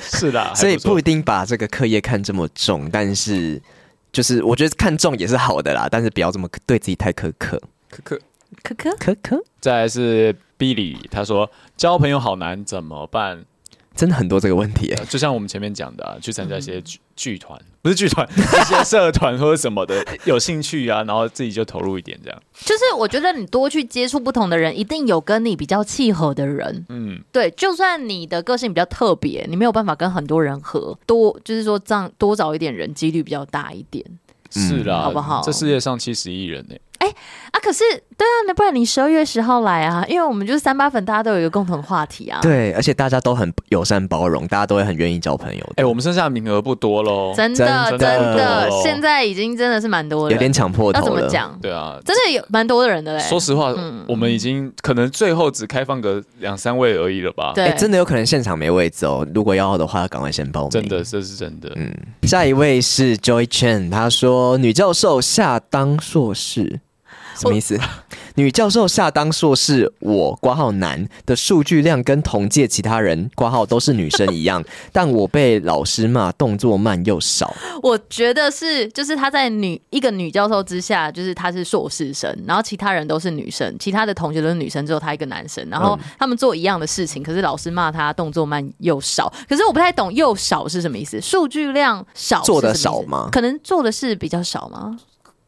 是啦，
所以
还错
不一定把这个课业看这么重，但是就是我觉得看重也是好的啦，但是不要这么对自己太苛刻，
可可。
可可，
苛刻
再来是 Billy，他说交朋友好难，怎么办？
真的很多这个问题、
哎
欸。
呃就像我们前面讲的、啊，去参加一
嗯
些剧剧团，不是剧 团，一些社团或者什么 的，有兴趣啊，然后自己就投入一点这样。
就是我觉得你多去接触不同的人，一定有跟你比较契合的人。
嗯，
对，就算你的个性比较特别，你没有办法跟很多人合，多就是说这样多找一点人，几率比较大一点。
是啦，
嗯好不好
这世界上七十亿人呢、
哎、啊，可是对啊，那不然你十二月十号来啊，因为我们就是三八粉，大家都有一个共同话题啊。，
对，而且大家都很友善包容，大家都会很愿意交朋友的。
哎、我们剩下的名额不多喽。
真的
真
真
的
的
不多，
现在已经真的是蛮多的，
有点抢破
要怎
头
么
了。
讲？
对啊，
真的有蛮多的人的嘞。
说实话，
嗯
我们已经可能最后只开放个两三位而已了吧？
对，
哎、真的有可能现场没位置哦。如果要的话，赶快先报名。
真的，这是真的。
嗯，下一位是 Joy Chen，他说女教授下当硕士，什么意思？ 女教授下当硕士，我挂号男的数据量跟同届其他人挂号都是女生 一样，但我被老师骂动作慢又少。
我觉得是，就是他在女一个女教授之下，就是他是硕士生，然后其他人都是女生，其他的同学都是女生，只有他一个男生，然后
嗯
他们做一样的事情，可是老师骂他动作慢又少，可是我不太懂又少是什么意思，数据量少是
做得
什么意思
少吗
可能做的事比较少吗？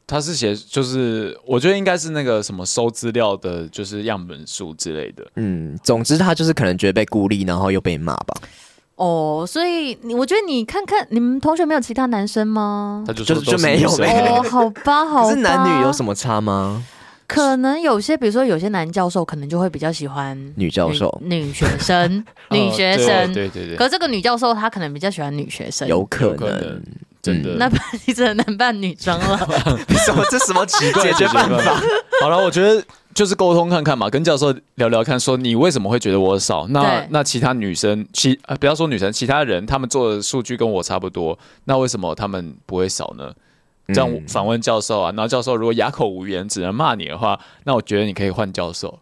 他是写，就是我觉得应该是那个什么收资料的，就是样本数之类的。
嗯，总之他就是可能觉得被孤立，然后又被骂吧。
哦，所以你我觉得你看看你们同学没有其他男生吗？
他就说
就
都是
就没有
女生
没有
哦，好吧，好吧。
可是男女有什
么？
么差吗？
可能有些，比如说有些男教授可能就会比较喜欢
女教授
女、女学 生、 女学
哦
生。
对对对
可
对，
是这个女教授她可能比较喜欢女学生，
有可
有可能
能。嗯
真的。
那不然你只能男扮女装 了。
什么？这什么奇怪
解
的
决
解决
办
办
法
法？
好了，我觉得就是沟通看看嘛，跟教授聊聊看，说你为什么会觉得我少？那
对
那其他女生，其呃不要说女生，其他人他们做的数据跟我差不多，那为什么他们不会少呢？这样
嗯
反问教授啊，然后教授如果哑口无言，只能骂你的话，那我觉得你可以换教授，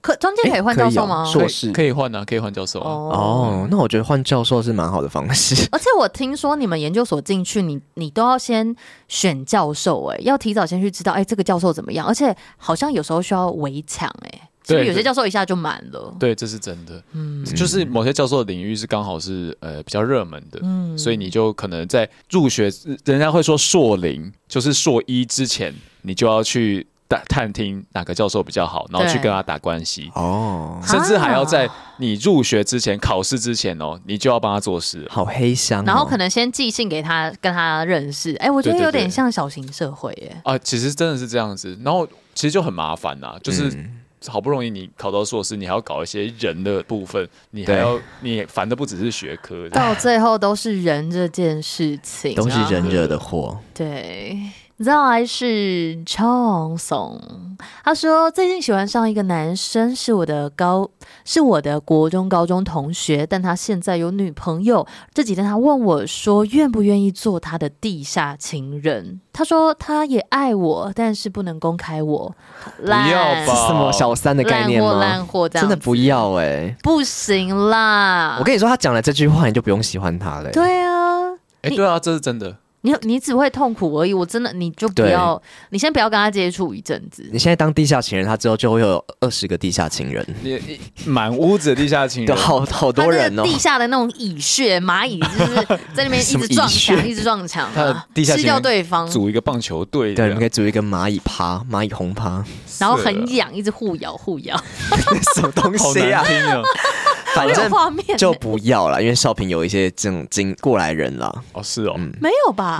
可中间可以换教授吗
诶？
可
可以哦硕
以
士
可以换啊，可以换教授啊。
哦。
哦，那我觉得换教授是蛮好的方 式。
而且我听说你们研究所进去，你你都要先选教授、哎，要提早先去知道，哎、这个教授怎么样？而且好像有时候需要围抢，哎，是不是
对
有些
对
教授一下就满了？
对，这是真的。
嗯
就是某些教授的领域是刚好是呃比较热门的，
嗯
所以你就可能在入学，人家会说硕零，就是硕一之前，你就要去打探听哪个教授比较好，然后去
对
跟他打关系，
哦，
甚至还要在
啊
你入学之前、考试之前哦，你就要帮他做事了。
好黑箱哦、
然后可能先寄信给他，跟他认识。哎、我觉得
对对
有点
对
像小型社会耶。
啊，其实真的是这样子，然后其实就很麻烦呐、就是。
嗯
好不容易你考到硕士，你还要搞一些人的部分，你还
对
要你烦的不只是学科，
到最后都是人这件事情，
都是
然
人
后
惹的祸。
对。再来是 c h o n g s o n 他说最近喜欢上一个男生，是我的高，是我的国中、高中同学，但他现在有女朋友。这几天他问我说，愿不愿意做他的地下情人？他说他也爱我，但是不能公开我。不
要吧
是什么小三的概
烂
念
货
吗
烂？货这样
真
子，
的不要哎、
不行啦！
我跟你说，他讲了这句话，你就不用喜欢他了、欸
对啊，
哎、对啊，这是真的。
你你只会痛苦而已。我真的，你就不
对
要，你先不要跟他接触一阵子
你。现在当地下情人，他之后就会有二十个地下情人，
你满屋子的地下情
对，
人，
好好
他
多人
那
哦
个。地下的那种蚁穴蚂蚁，就是在那边一
什么
直撞
蚁穴
墙，一直撞墙、
他
啊
的，地下
吃
情
掉
人
对方，
组一个棒球队啊
对，
这
你
样，
们可以组一个蚂蚁趴、蚂蚁红趴，
然后很痒，一直互咬互咬，
什么 东
好
西
难
啊？
听哦。
反
没有
正
画面 呢
就不要了，因为少平有一些这种经过来人啦。
哦，是哦，
没有 吧？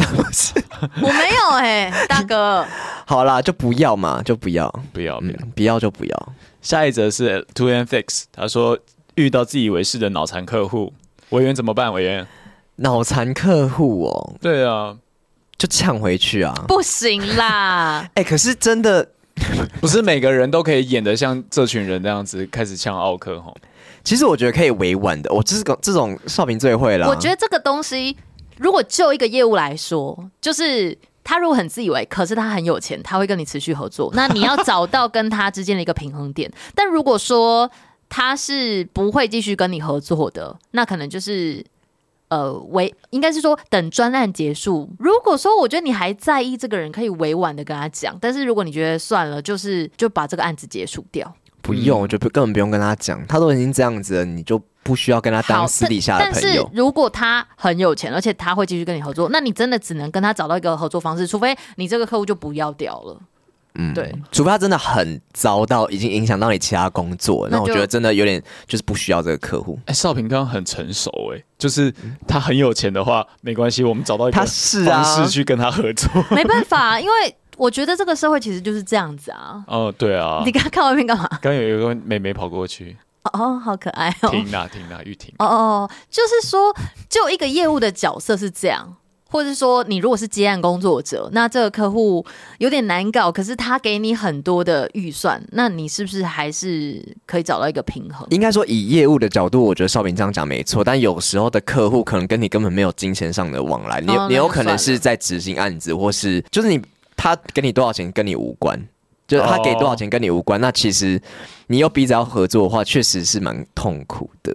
我没有哎、大哥，
好啦，就不要嘛，就不要，
不要不要。
嗯，不要就不要。
下一则是 Two and Fix，他说遇到自以为是的脑残客户，委员怎么办？委员？
脑残客户哦，
对啊，
就呛回去啊。
不行啦！
哎、可是真的，
不是每个人都可以演得像这群人那样子开始呛奥克吼。
其实我觉得可以委婉的。我这个这种少平最会了。
我觉得这个东西，如果就一个业务来说，就是他如果很自以为，可是他很有钱，他会跟你持续合作。那你要找到跟他之间的一个平衡点。但如果说他是不会继续跟你合作的，那可能就是。呃，委应该是说等专案结束。如果说我觉得你还在意这个人，可以委婉的跟他讲。但是如果你觉得算了，就是就把这个案子结束掉。
不用，
嗯
我觉得根本不用跟他讲，他都已经这样子了，你就不需要跟他
好，
当私底下的
但
朋
但是
友。
如果他很有钱，而且他会继续跟你合作，那你真的只能跟他找到一个合作方式，除非你这个客户就不要掉了。
嗯
对，
除非他真的很糟到已经影响到你其他工作，
那
那我
就
觉得真的有点就是不需要这个客户。
哎、少平刚刚很成熟哎、就是他很有钱的话没关系，我们找到一个
他是啊
方式去跟他合作。
没办法，因为我觉得这个社会其实就是这样子啊。
哦，对啊
你，刚刚看外面干嘛？
刚有一个妹妹跑过去，
哦哦，好可爱哦。
停啦停啦，玉婷，
哦哦，就是说，就一个业务的角色是这样，或者说你如果是接案工作者，那这个客户有点难搞，可是他给你很多的预算，那你是不是还是可以找到一个平衡？
应该说，以业务的角度，我觉得少平这样讲没错。但有时候的客户可能跟你根本没有金钱上的往来，你、
哦那就
你有可能
算了
是在执行案子，或是就是你他给你多少钱跟你无关，就是他给多少钱跟你无关。那其实你又逼着要合作的话，确实是蛮痛苦的，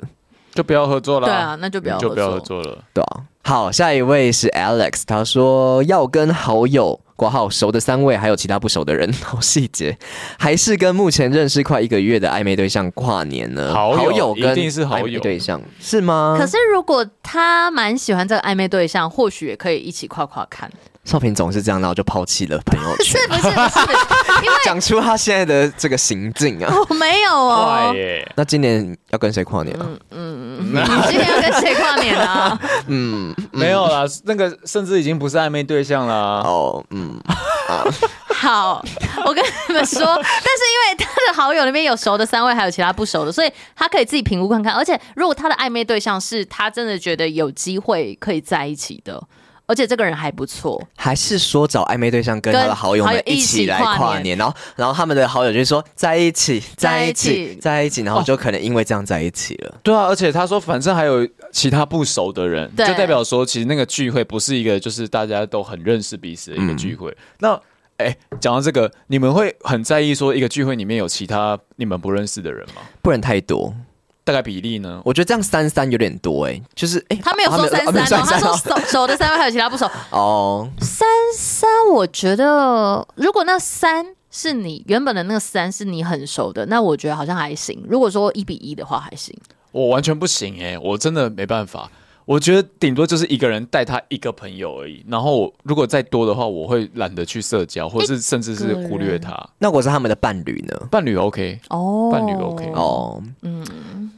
就不要合作啦，嗯
对啊，，那就不要
就
合
不要合
作。
作了。
对啊。好，下一位是 Alex，他说要跟好友。 挂号熟的三位，还有其他不熟的人，好细节，还是跟目前认识快一个月的暧昧对象跨年呢？
好友
跟
一定是好
暧昧
友
对象是吗？
可是如果他蛮喜欢这个暧昧对象，或许也可以一起跨跨看，
少平总是这样，然后就抛弃了朋友
是
圈，
不 是？不是，因为
讲出他现在的这个行径啊。
我没有哦
快。耶！
那今年要跟谁跨年
嗯
啊？
你今天要跟谁跨年 啊？
没有啦，那个甚至已经不是暧昧对象啦。
哦，嗯，
好，我跟你们说，但是因为他的好友那边有熟的三位，还有其他不熟的，所以他可以自己评估看看。而且，如果他的暧昧对象是他真的觉得有机会可以在一起的，而且这个人还不错，
还是说找暧昧对象跟他的好友
跟好
们
友
一起来
一起跨
跨
年
年，然后然后他们的好友就说在一起，
在
在一
一
起
起，
在一起，然后就可能因为这样在一起了。
对啊，而且他说，反正还有其他不熟的人，就
对
代表说，其实那个聚会不是一个就是大家都很认识彼此的一个聚会。那哎，讲到这个，你们会很在意说一个聚会里面有其他你们不认识的人吗？
不然太多，
大概比例呢？
我觉得这样三三有点多哎、就是哎、
他没有说三
啊
三哦，他说
哦
熟熟的三位还有其他不熟。
哦，
但我觉得，如果那三是你原本的那个三是你很熟的，那我觉得好像还行。如果说一比一的话，还行。
我完全不行哎、我真的没办法。我觉得顶多就是一个人带他一个朋友而已，然后我如果再多的话，我会懒得去社交，或是甚至是忽略他。
那我是他们的伴侣呢？
伴侣 OK，
哦
伴侣 OK
哦，嗯，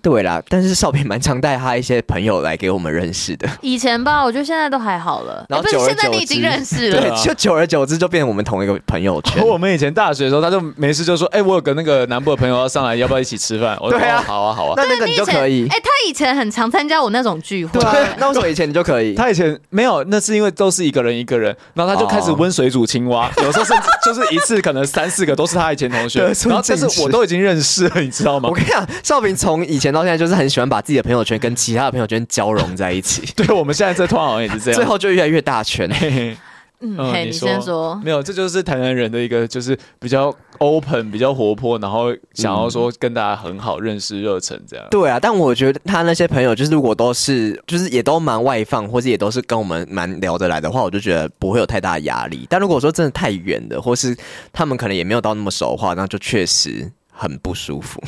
对啦，但是少平蛮常带他一些朋友来给我们认识的。
以前吧，我觉得现在都还好了。
然后
哎不
久
是
而
现在你
久
已经
之
认识了
对，啊
对，就久而久之就变成我们同一个朋友圈。
我们以前大学的时候，他就没事就说：“哎、我有个那个南部的朋友要上来，要不要一起吃饭？”我说：“
对啊
哦好啊，好啊。
那那个你就可以
哎、，他以前很常参加我那种聚会，
对啊，那为什么以前你就可以？
他以前没有，那是因为都是一个人一个人，然后他就开始
哦
温水煮青蛙，有时候甚至就是一次可能三四个都是他以前同学，
得寸
然后但
进
是
尺
我都已经认识了，你知道吗，
我？跟你讲，少平从以前到现在就是很喜欢把自己的朋友圈跟其他的朋友圈交融在一 起啊
对，我们现在这通好像也是这样。
最后就越来越大圈。
嘿嘿
嗯，
嗯
嘿，
你
你
说
先
哦
说，
没有，这就是台南人的一个，就是比较 open、比较活泼，然后想要说跟大家很好认识、热忱这样。
嗯对啊，但我觉得他那些朋友，就是如果都是，就是也都蛮外放，或者也都是跟我们蛮聊得来的话，我就觉得不会有太大的压力。但如果说真的太远的，或是他们可能也没有到那么熟的话，那就确实很不舒服，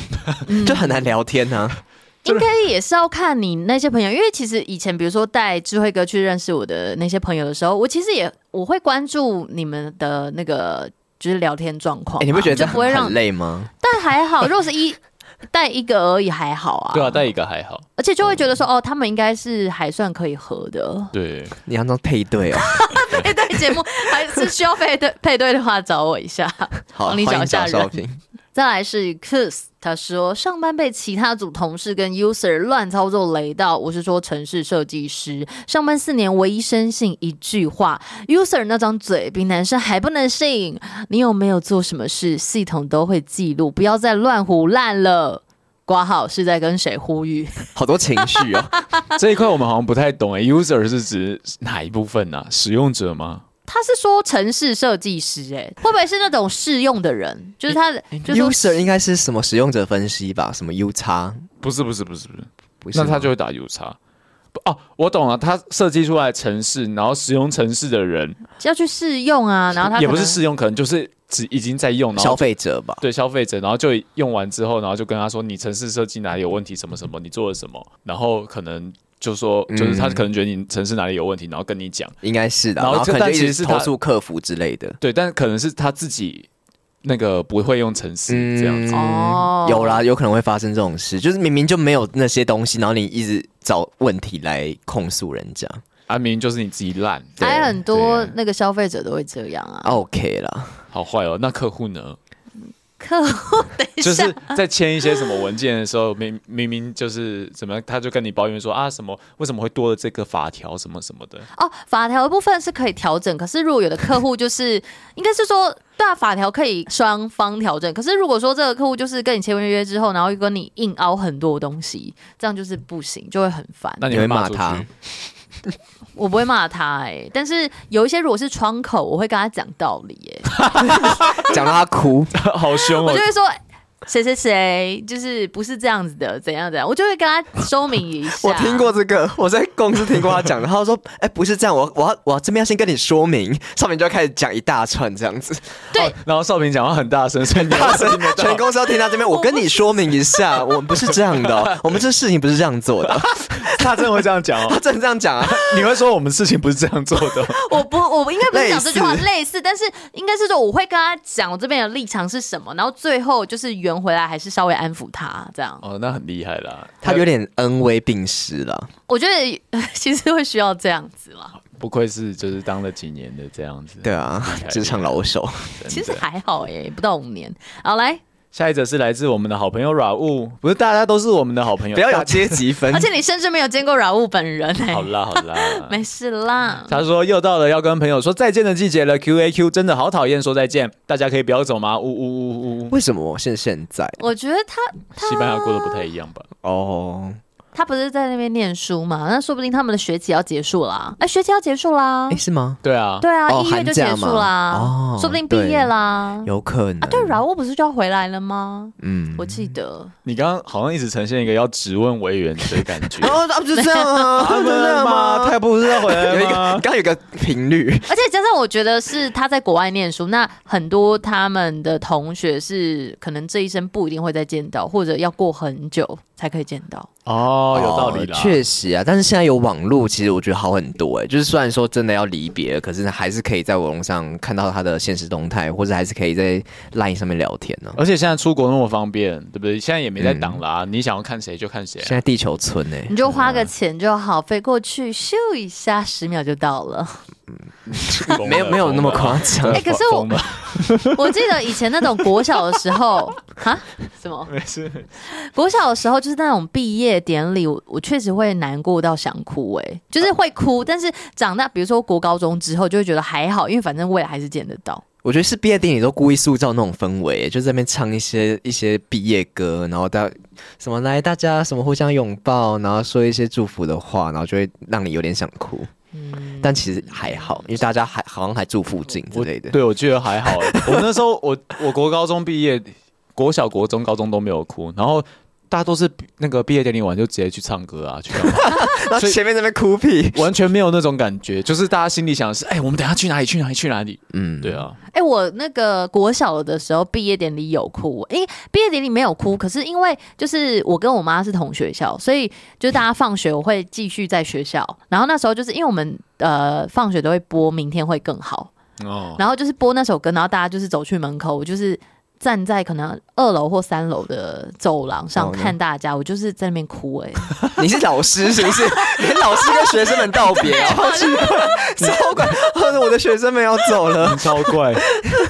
嗯
就很难聊天呢、啊。
应该也是要看你那些朋友，因为其实以前比如说带智慧哥去认识我的那些朋友的时候，我其实也我会关注你们的那个就是聊天状况嘛、
哎你不觉得
哦就
这样
不会让
很？累吗？
但还 好，如果是一带一个而已还好啊，
对啊，带一个还好。。
而且就会觉得说哦，他们应该是还算可以合的
对，
你要当配对 哦。
配对节目还是需要配对 配对的话，找我一下。
好，
帮你
欢迎
找一下
少
人
平。
再来是 Kiss，他说上班被其他组同事跟 user 乱操作雷到，我是说城市设计师，上班四年唯一深信一句话，user 那张嘴比男生还不能信，你有没有做什么事，系统都会记录，不要再乱胡烂了。挂号是在跟谁呼吁？
好多情绪哦。
这一块我们好像不太懂诶、u s e r 是指哪一部分呢、啊？使用者吗？
他是说城市设计师、哎，会不会是那种试用的人？就是他，就是说
user 应该是什么使用者分析吧？什么 U 叉？
不是，不是，不是，不是。
不是
那
吗
他就会打 U 叉。不哦，我懂了，他设计出来的城市，然后使用城市的人
要去试用啊，然后他
也
可
不是
能
试用，可能就是只已经在用，然后
消费者吧？
对消费者，然后就用完之后，然后就跟他说你城市设计哪里有问题，什么什么，你做了什么，然后可能就说
嗯
就是他可能觉得你城市哪里有问题，然后跟你讲，
应该是的。
然
然
后
后
这
可
但
能就
其
一
实
直
是他
投诉客服之类的。
对，但可能是他自己那个不会用城市这样子，
哦
有啦，有可能会发生这种事，就是明明就没有那些东西，然后你一直找问题来控诉人家。
啊，明明就是你自己烂，
还很多
对
那个消费者都会这样啊。
OK 啦，
好坏哦。那客户 呢？
客户，等一下，
就是在签一些什么文件的时候，明明明就是怎么样，他就跟你抱怨说啊，什么为什么会多了这个法条什么什么的，
哦，法条的部分是可以调整，可是如果有的客户就是应该是说，对啊，法条可以双方调整，可是如果说这个客户就是跟你签完约之后，然后又跟你硬凹很多东西，这样就是不行，就会很烦。
那你
你会
骂
骂
出
他
去
我不会骂他哎、但是有一些如果是窗口，我会跟他讲道理哎、
讲到他哭，
好凶
我
哦
就！会说。谁谁谁，就是不是这样子的，怎样怎样，我就会跟他说明一下。
我听过这个，我在公司听过他讲的，他说：“哎、不是这样，我我要我要这边要先跟你说明。”上面就要开始讲一大串这样子，
对
哦然后少平讲话很大声，所以你
大
要
声， 全公司要听到这边。我跟你说明一 下，我们不是这样的哦、我们这事情不是这样做的。
他真的会这样讲
他
哦。
真的这样讲啊？
你会说我们事情不是这样做的哦，
我不，我应该不是讲这句话
类似
类似，但是应该是说我会跟他讲我这边的立场是什么，然后最后就是圆回来，还是稍微安抚他这样。
哦，那很厉害啦。
他有点恩威并施了。
我觉得 呃其实会需要这样子啦，
不愧是就是当了几年的这样子。
对啊，职场老手。
真的
其实还好哎、不到五年。好，来，
下一则是来自我们的好朋友软物，不是大家都是我们的好朋友，
不要有
大
阶级分
而。且你甚至没有见过饶物本人哎、
好啦好啦，
没事啦。
他说：“又到了要跟朋友说再见的季节了，Q A Q 真的好讨厌说再见，大家可以不要走吗？呜呜呜呜呜，
为什么是现在？
我觉得他
西班牙过得不太一样吧？
哦，
他不是在那边念书嘛，那说不定他们的学期要结束啦。哎、学期要结束啦
哎、，是吗？
对啊，
对啊，
哦
一月就结
寒假
束
嘛
啦，
哦
说不定毕业啦。
有可能
啊，对，饶物不是就要回来了吗？
嗯，
我记得，
你刚刚好像一直呈现一个要质问委员的感觉
哦，啊，不是这样 啊，
他
不是这
们
样
嘛，
吗？
他不是要回
有
来
一个，
吗
刚？刚有一个频率，
而且加上我觉得是他在国外念书，那很多他们的同学是可能这一生不一定会再见到，或者要过很久才可以见到。
哦，有道理啦，
确实啊。但是现在有网络，其实我觉得好很多哎、就是虽然说真的要离别了，可是还是可以在网络上看到他的现实动态，或者还是可以在 LINE 上面聊天呢、
而且现在出国那么方便，对不对？现在也没在挡啦，你想要看谁就看谁啊
现。在地球村哎、
你就花个钱就好，飞过去咻一下，十秒就到 了。
没有没有那么
啊
夸张
哎可是我
疯了
我记得以前那种国小的时 候，哈，什么？
没事，
国小的时候就是那种毕业典礼，我我确实会难过到想哭、欸，就是会哭。但是长大，比如说国高中之后，就会觉得还好，因为反正未来还是见得到。
我觉得是毕业典礼都故意塑造那种氛围、就在那边唱一些一些毕业歌，然后大什么来大家什么互相拥抱，然后说一些祝福的话，然后就会让你有点想哭。但其实还好，因为大家还好像还住附近之
嗯我
类的。
对，我记得还好欸。 我那时候我我国高中毕业，国小、国中、高中都没有哭，然后大家都是那个毕业典礼完就直接去唱歌啊，去干嘛？
然后前面在那边哭屁，
完全没有那种感觉，就是大家心里想的是，哎、我们等一下去哪里？去哪里？去哪里？
嗯，
对，啊，
哎、我那个国小的时候毕业典礼有哭，因为毕业典礼没有哭，可是因为就是我跟我妈是同学校，所以就是大家放学我会继续在学校，然后那时候就是因为我们呃放学都会播《明天会更好》，
哦，
然后就是播那首歌，然后大家就是走去门口，我就是站在可能二楼或三楼的走廊上
哦那
看大家，我就是在那边哭哎、
你是老师是不是？ 连老师跟学生们道别啊，好奇怪，超怪，或者我的学生们要走 了。
超怪，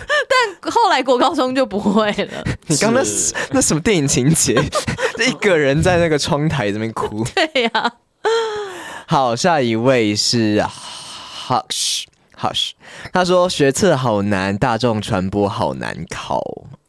后来国高中就不会了，
你刚那
是
那什么电影情节？ 一个人在那个窗台这边哭。
对呀、
好，下一位是 Hush Hush，他说学测好难，大众传播好难考，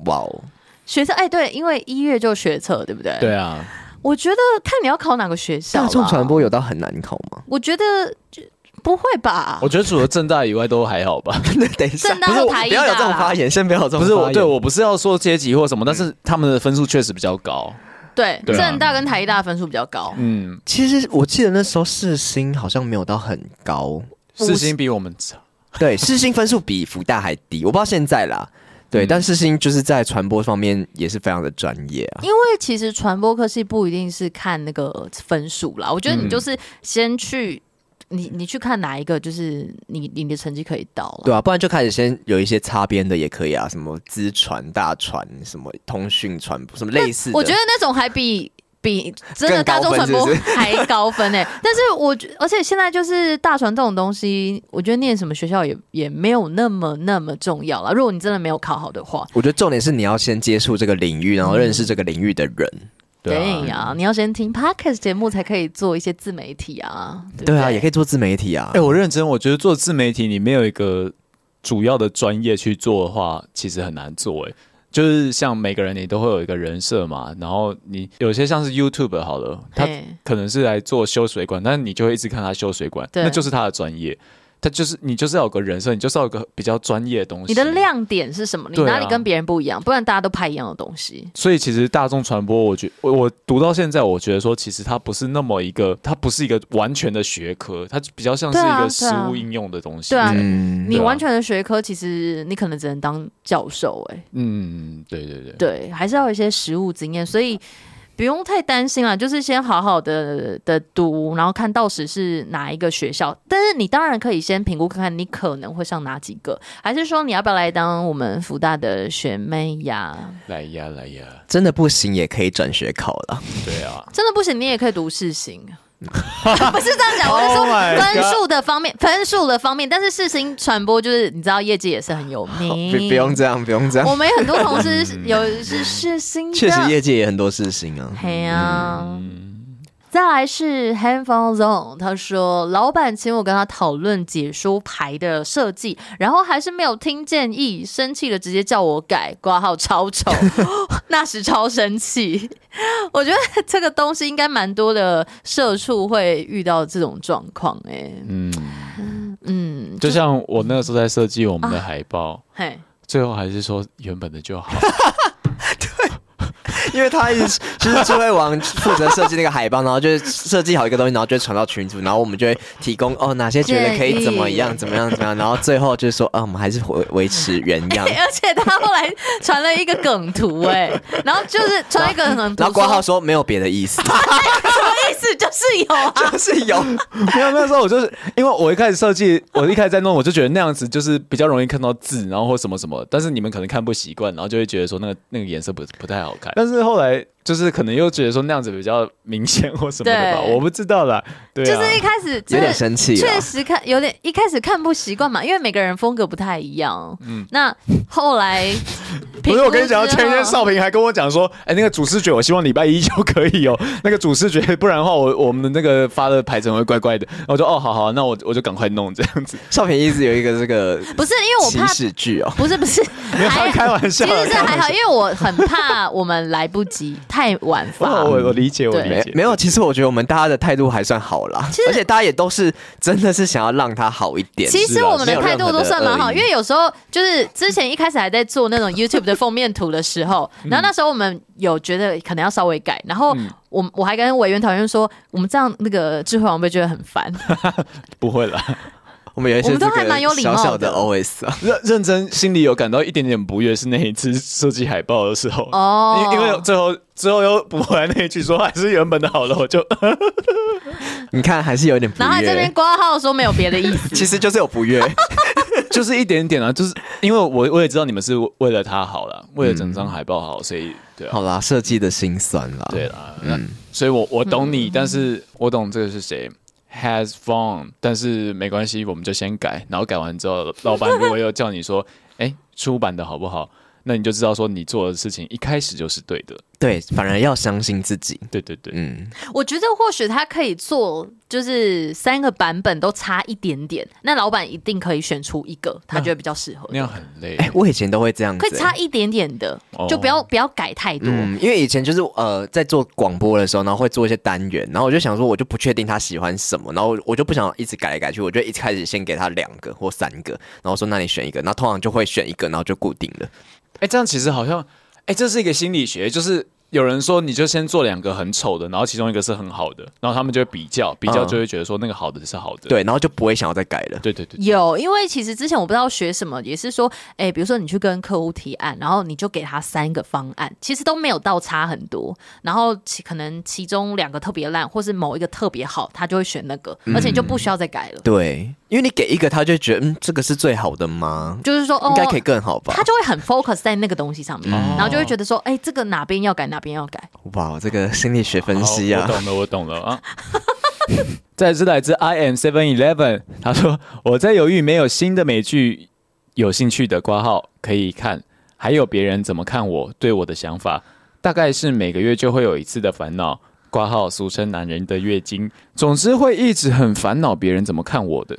哇哦！
学测哎、对，因为一月就学测，对不对？
对啊，
我觉得看你要考哪个学校。
大众传，播有到很难考吗？
我觉得就不会吧
我。觉得除了正大以外都还好 吧。
等一下，
正大
不是
和
我
台
不要
艺
有
大
这种
啦
发言，先不要有这种
不是
发
我
言
对我不是要说阶级或什么，但是他们的分数确实比较高。
对，
对啊
正大跟台艺大分数比较高，
嗯，
其实我记得那时候世新好像没有到很高，
世新比我们差。
对，世新分数比福大还低，我不知道现在啦。对，
嗯
但世新就是在传播方面也是非常的专业啊。
因为其实传播科系不一定是看那个分数啦，我觉得你
嗯
就是先去。你你去看哪一个，就是你你的成绩可以到了。
对啊，不然就开始先有一些擦边的也可以啊，什么资传、大传、什么通讯传播，什么类似的。
我觉得那种还比。比真的
更
大
高
众传播
分是不
还高分哎、但是我觉，而且现在就是大传这种东西，欸我觉得念什么学校也也没有那么那么重要了。如果你真的没有考好的话，
我觉得重点是你要先接触这个领域，然后认识这个领域的人。
啊
对呀、你要先听 podcast 节目才可以做一些自媒体啊。对不
对啊，
对
也可以做自媒体啊
哎、。我认真，我觉得做自媒体，你没有一个主要的专业去做的话，其实很难做、哎，就是像每个人你都会有一个人设嘛，然后你有些像是 YouTube 好了，他
嘿
可能是来做修水管，但是你就会一直看他修水管，
对
那就是他的专业。他就是你就是要有个人设，你就是要有个比较专业的东西。
你的亮点是什么？你
对啊
哪里跟别人不一样？不然大家都拍一样的东西。
所以其实大众传播，我觉我我读到现在，我觉得说，其实它不是那么一个，它不是一个完全的学科，它比较像是
对啊
一
对啊
个实物应用的东西。
对啊
嗯，
你
对啊
完全的学科，其实你可能只能当教授、欸，哎，
嗯，对对对。
对，还是要有一些实务经验，所以不用太担心啦，就是先好好的的读，然后看到时是哪一个学校。但是你当然可以先评估看看你可能会上哪几个，还是说你要不要来当我们福大的学妹 呀？
来呀来呀，
真的不行也可以转学考了。
对啊，
真的不行，你也可以读世 行。不是这样讲，我是说
Oh my
分数的 方面，分数的方面，但是世新传播就是你知道，业界也是很有名。
不不用这样，不用这
我
样。
们有很多同事 是有是世新的，
确实，业界也很多事情啊。
嘿呀、
嗯
再来是 Handphone Zone，他说老板请我跟他讨论解说牌的设计，然后还是没有听建议，生气了直接叫我改，挂号超 丑，那时超生气。我觉得这个东西应该蛮多的社畜会遇到这种状况哎，
嗯，
嗯，啊
就像我那个时候在设计我们的海报，
嘿，
最后还是说原本的就好。
因为他一直就是智慧王负责设计那个海报，然后就是设计好一个东西，然后就会传到群组，然后我们就会提供哦哪些觉得可以怎么样怎么样怎么样，然后最后就是说啊我们还是维维持原样，
而且他后来传了一个梗图哎，然后就是传了一个梗图，
然后挂号说没有别的意思，
什么意思？就是有啊，
就是有
没有，那时候我就是因为我一开始设计，我一开始在弄，我就觉得那样子就是比较容易看到字，然后或什么什么，但是你们可能看不习惯，然后就会觉得说那个那个颜色不不太好看。但是后来就是可能又觉得说那样子比较明显或什么的吧，
对
我不知道啦。对啊，
就是一开始
有
真的
点生气了
确。实看有点一开始看不习惯嘛，因为每个人风格不太一样。嗯，那后来
不是我跟你讲，
评估之
前
后
天少平还跟我讲说，哎、那个主视觉我希望礼拜一就可以有那个主视觉，不然的话我我们的那个发的排程会怪怪的。然后我就哦，好好，那我我就赶快弄这样子。
少平一直有一个这个
不是因为我
歧
怕，
视剧哦，
不是不是，
没有
还
开玩笑
其
的，
实是还好，因为我很怕我们来不及，太晚
我
发。
我我理解，我
对
理
没
解。
没有，其实我觉得我们大家的态度还算好啦，而且大家也都是真的是想要让他好一点。
其实
是啊
我们的态度都算蛮好，
没有任何的恶意
因为有时候就是之前一开始还在 做那种 YouTube 的封面图的时候，
嗯
然后那时候我们有觉得可能要稍微改，然后我我还跟委员讨论说，我们这样那个智慧王被觉得很烦，
不会啦，
我们有一些
我们都
这个
还蛮有礼貌
小
的
小的 OS 啊，
认认真心里有感到一点点不悦，是那一次设计海报的时候
哦
因因为最后最后又补回来那一句说还是原本的好了，我就
你看还是有点不
然后还这边
悦，
挂号说没有别的意思。
其实就是有不悦。
就是一点点啊，就是因为我我也知道你们是为了他好了，为了整张海报嗯好，所嗯以对啊，
好啦，设计的心酸啦。
对，啦，那所以我我懂你，但是我懂这个是谁。Has fun，但是没关系，我们就先改，然后改完之后，老板如果又叫你说，哎、出版的好不好？那你就知道说你做的事情一开始就是对的，
对，反而要相信自己。
对对对，
嗯，
我觉得或许他可以做，就是三个版本都差一点点，那老板一定可以选出一个他觉得比较适合
那
的，
样很累。
哎、我以前都会这样子、
可以
欸
差一点点的
哦，
就不要不要改太多。
嗯，因为以前就是呃，在做广播的时候，然后会做一些单元，然后我就想说，我就不确定他喜欢什么，然后我就不想一直改来改去，我就一开始先给他两个或三个，然后说那你选一个，然后通常就会选一个，然后就固定了。
哎、这样其实好像，哎、这是一个心理学，就是有人说你就先做两个很丑的，然后其中一个是很好的，然后他们就会比较，比较
嗯
就会觉得说那个好的是好的。
对，然后就不会想要再改了。
对对对，
有，因为其实之前我不知道学什么，也是说，哎，比如说你去跟客户提案，然后你就给他三个方案，其实都没有到差很多，然后其可能其中两个特别烂，或是某一个特别好，他就会选那个，而且你就不需要再改了，
嗯对，因为你给一个，他就觉得嗯，这个是最好的吗？
就是说，哦，
应该可以更好吧哦
他？就会很 focus 在那个东西上面，然后就会觉得说，哎、这个哪边要改，哪哪边要改？
哇，这个心理学分析啊
好，我懂了，我懂了啊。 再是来自 I am Seven Eleven，他说我在犹豫没有新的美剧有兴趣的挂号可以看，还有别人怎么看我对我的想法，大概是每个月就会有一次的烦恼。挂号俗称男人的月经，总之会一直很烦恼别人怎么看我的。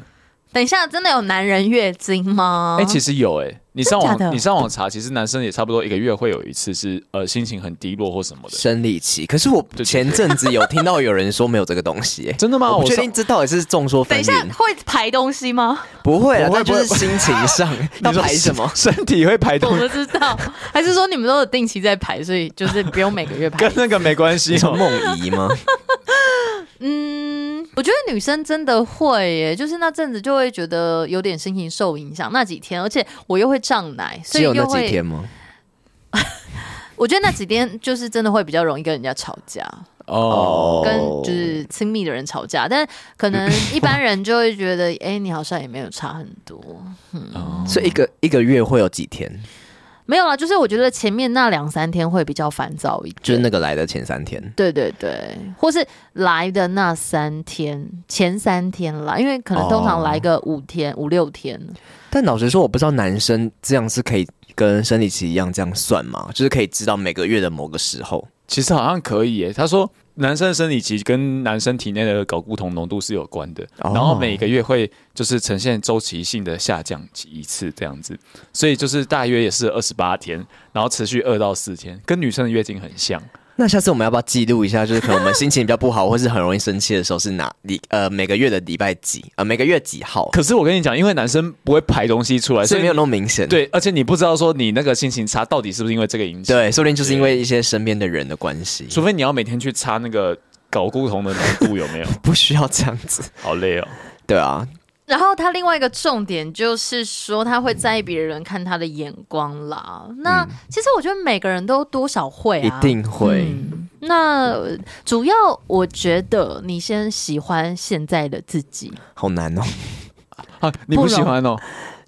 等一下，真的有男人月经吗？
啊
哎、其实有哎、你上
真假
网
的
你上网查，其实男生也差不多一个月会有一次是呃心情很低落或什么的。
生理期。可是我
对
前阵子有听到有人说没有这个东西、欸，
真的吗？啊
我不确
上
定这到底是众说
等
纷
一下
纭，
会排东西吗？
不会啦，
不会
但就是
不会？
心情上要排什么
身体会排
我
动，
不知 道，还是说你们都有定期在排，所以就是不用每个月排
跟？那个没关系
你说
哦。
梦遗吗？
嗯，我觉得女生真的会耶，就是那阵子就会觉得有点心情受影响，那几天，而且我又会胀奶， 所
只
以
有那
又
几
会，
天吗？
我觉得那几天就是真的会比较容易跟人家吵架，
哦，
跟就是亲密的人吵架，但可能一般人就会觉得， 哎、你好像也没有差很多，
所以一个一个月会有几天？
没有啦，就是我觉得前面那两三天会比较烦躁一点，
就是那个来的前三天。
对对对，或是来的那三天，前三天啦，因为可能通常
哦
来个五天、五六天，
但老实说，我不知道男生这样是可以跟生理期一样这样算吗？就是可以知道每个月的某个时候。
其实好像可以耶。他说，男生的生理期跟男生体内的睾固酮浓度是有关的，
哦
然后每个月会就是呈现周期性的下降一次这样子，所以就是大约也是二十八天，然后持续二到四天，跟女生的月经很像。
那下次我们要不要记录一下？就是可能我们心情比较不好，或是很容易生气的时候是哪里？呃，每个月的礼拜几？呃，每个月几号？
可是我跟你讲，因为男生不会排东西出来，
所
所
以
以
没有那么明显。
对，而且你不知道说你那个心情差到底是不是因为这个影响。
对，说不定就是因为一些身边的人的关系，
除非你要每天去擦那个睾固酮的浓度有没有？
不需要这样子。
好累哦。
对啊，
然后他另外一个重点就是说，他会在意别人看他的眼光啦。那、其实我觉得每个人都多少会
嗯一
啊，
定会。
嗯那呃主要我觉得你先喜欢现在的自己，
好难哦，
啊，你
不
不
容
喜欢哦？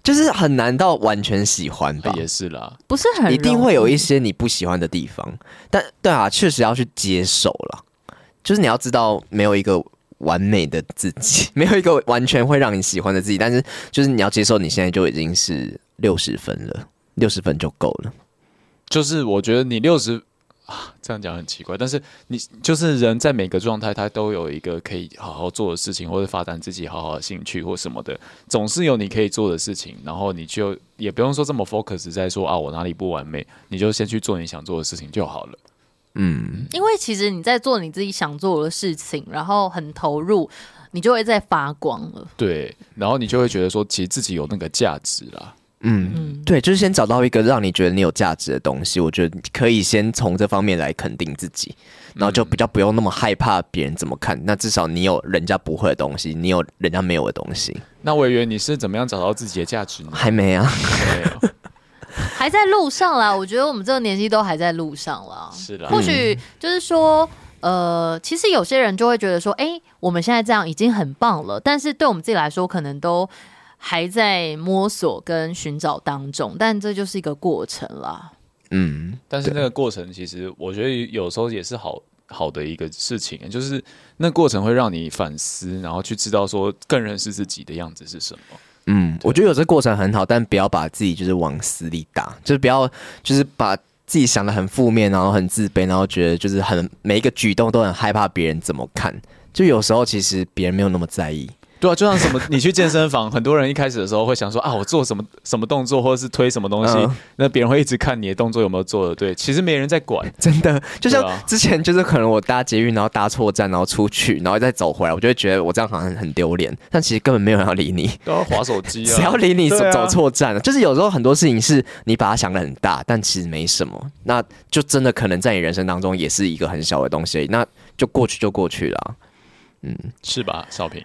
就是很难到完全喜欢吧
啊。也是啦，
不是很
一定会
容
有
易
一些你不喜欢的地方，但对啊，确实要去接受了。就是你要知道，没有一个完美的自己， 没有一个完全会让你喜欢的自己。但是，就是你要接受，你现在就已经是六十分了，六十分就够了。
就是我觉得你六十啊，这样讲很奇怪，但是你就是人在每个状态，他都有一个可以好好做的事情，或者发展自己好好的兴趣或什么的，总是有你可以做的事情，然后你就也不用说这么 focus 在说啊我哪里不完美，你就先去做你想做的事情就好了。
嗯，
因为其实你在做你自己想做的事情，然后很投入，你就会在发光 了。
对，然后你就会觉得说，其实自己有那个价值啦。
嗯，对，就是先找到一个让你觉得你有价值的东西，我觉得可以先从这方面来肯定自己，然后就比较不用那么害怕别人怎么看。那至少你有人家不会的东西，你有人家没有的东西，
那委员，你是怎么样找到自己的价 值呢？
还没啊？
没有，
还在路上啦，我觉得我们这个年纪都还在路上啦。
是啦。
或许就是说，呃，其实有些人就会觉得说，哎、我们现在这样已经很棒了，但是对我们自己来说，可能都还在摸索跟寻找当中，但这就是一个过程啦。
嗯，
但是那个过程，其实我觉得有时候也是好好的一个事情，就是那过程会让你反思，然后去知道说更认识自己的样子是什么。
嗯，我觉得有这过程很好，但不要把自己就是往死里打，就是不要就是把自己想的很负面，然后很自卑，然后觉得就是很每一个举动都很害怕别人怎么看。就有时候其实别人没有那么在意，
对啊，就像什么，你去健身房，很多人一开始的时候会想说啊，我做什 么什么动作，或者是推什么东西，
嗯
那别人会一直看你的动作有没有做的对，其实没人在管。
真的就像
对啊
之前就是可能我搭捷运，然后搭错站，然后出去，然后再走回来，我就会觉得我这样好像很丢脸，但其实根本没有人要理 你。
都要划手机啊！
谁要理你走
对啊
走错站了？就是有时候很多事情是你把它想的很大，但其实没什么，那就真的可能在你人生当中也是一个很小的东西而已，那就过去就过去 了。啊
是吧，少平？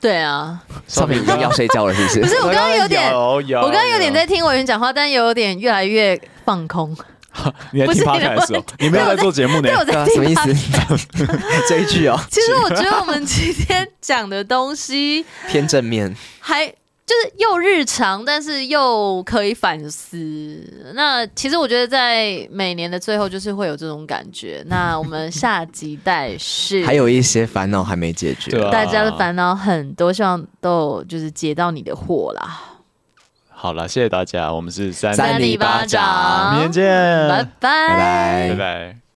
对啊，
少平已经要睡觉了，是不是？
不是我刚刚有点。
摇摇
我刚哦刚有点在听委员讲话，但也有点越来越放空。
你在
不
听
是
podcast 哦，你没有在做节目呢
对，。我
对
在
啊，
听
什么意
他
思？这一句哦，
其实我觉得我们今天讲的东西
偏正面。
还就就是又日常，但是又可以反思。那其实我觉得在每年的最后，就是会有这种感觉。那我们下集待续。
还有一些烦恼还没解决。
对啊
大家的烦恼很多，希望都有就是解到你的惑啦。
好了，谢谢大家，我们是三
三
里
里
巴
巴
掌
掌
明天见，
拜拜
拜拜
拜拜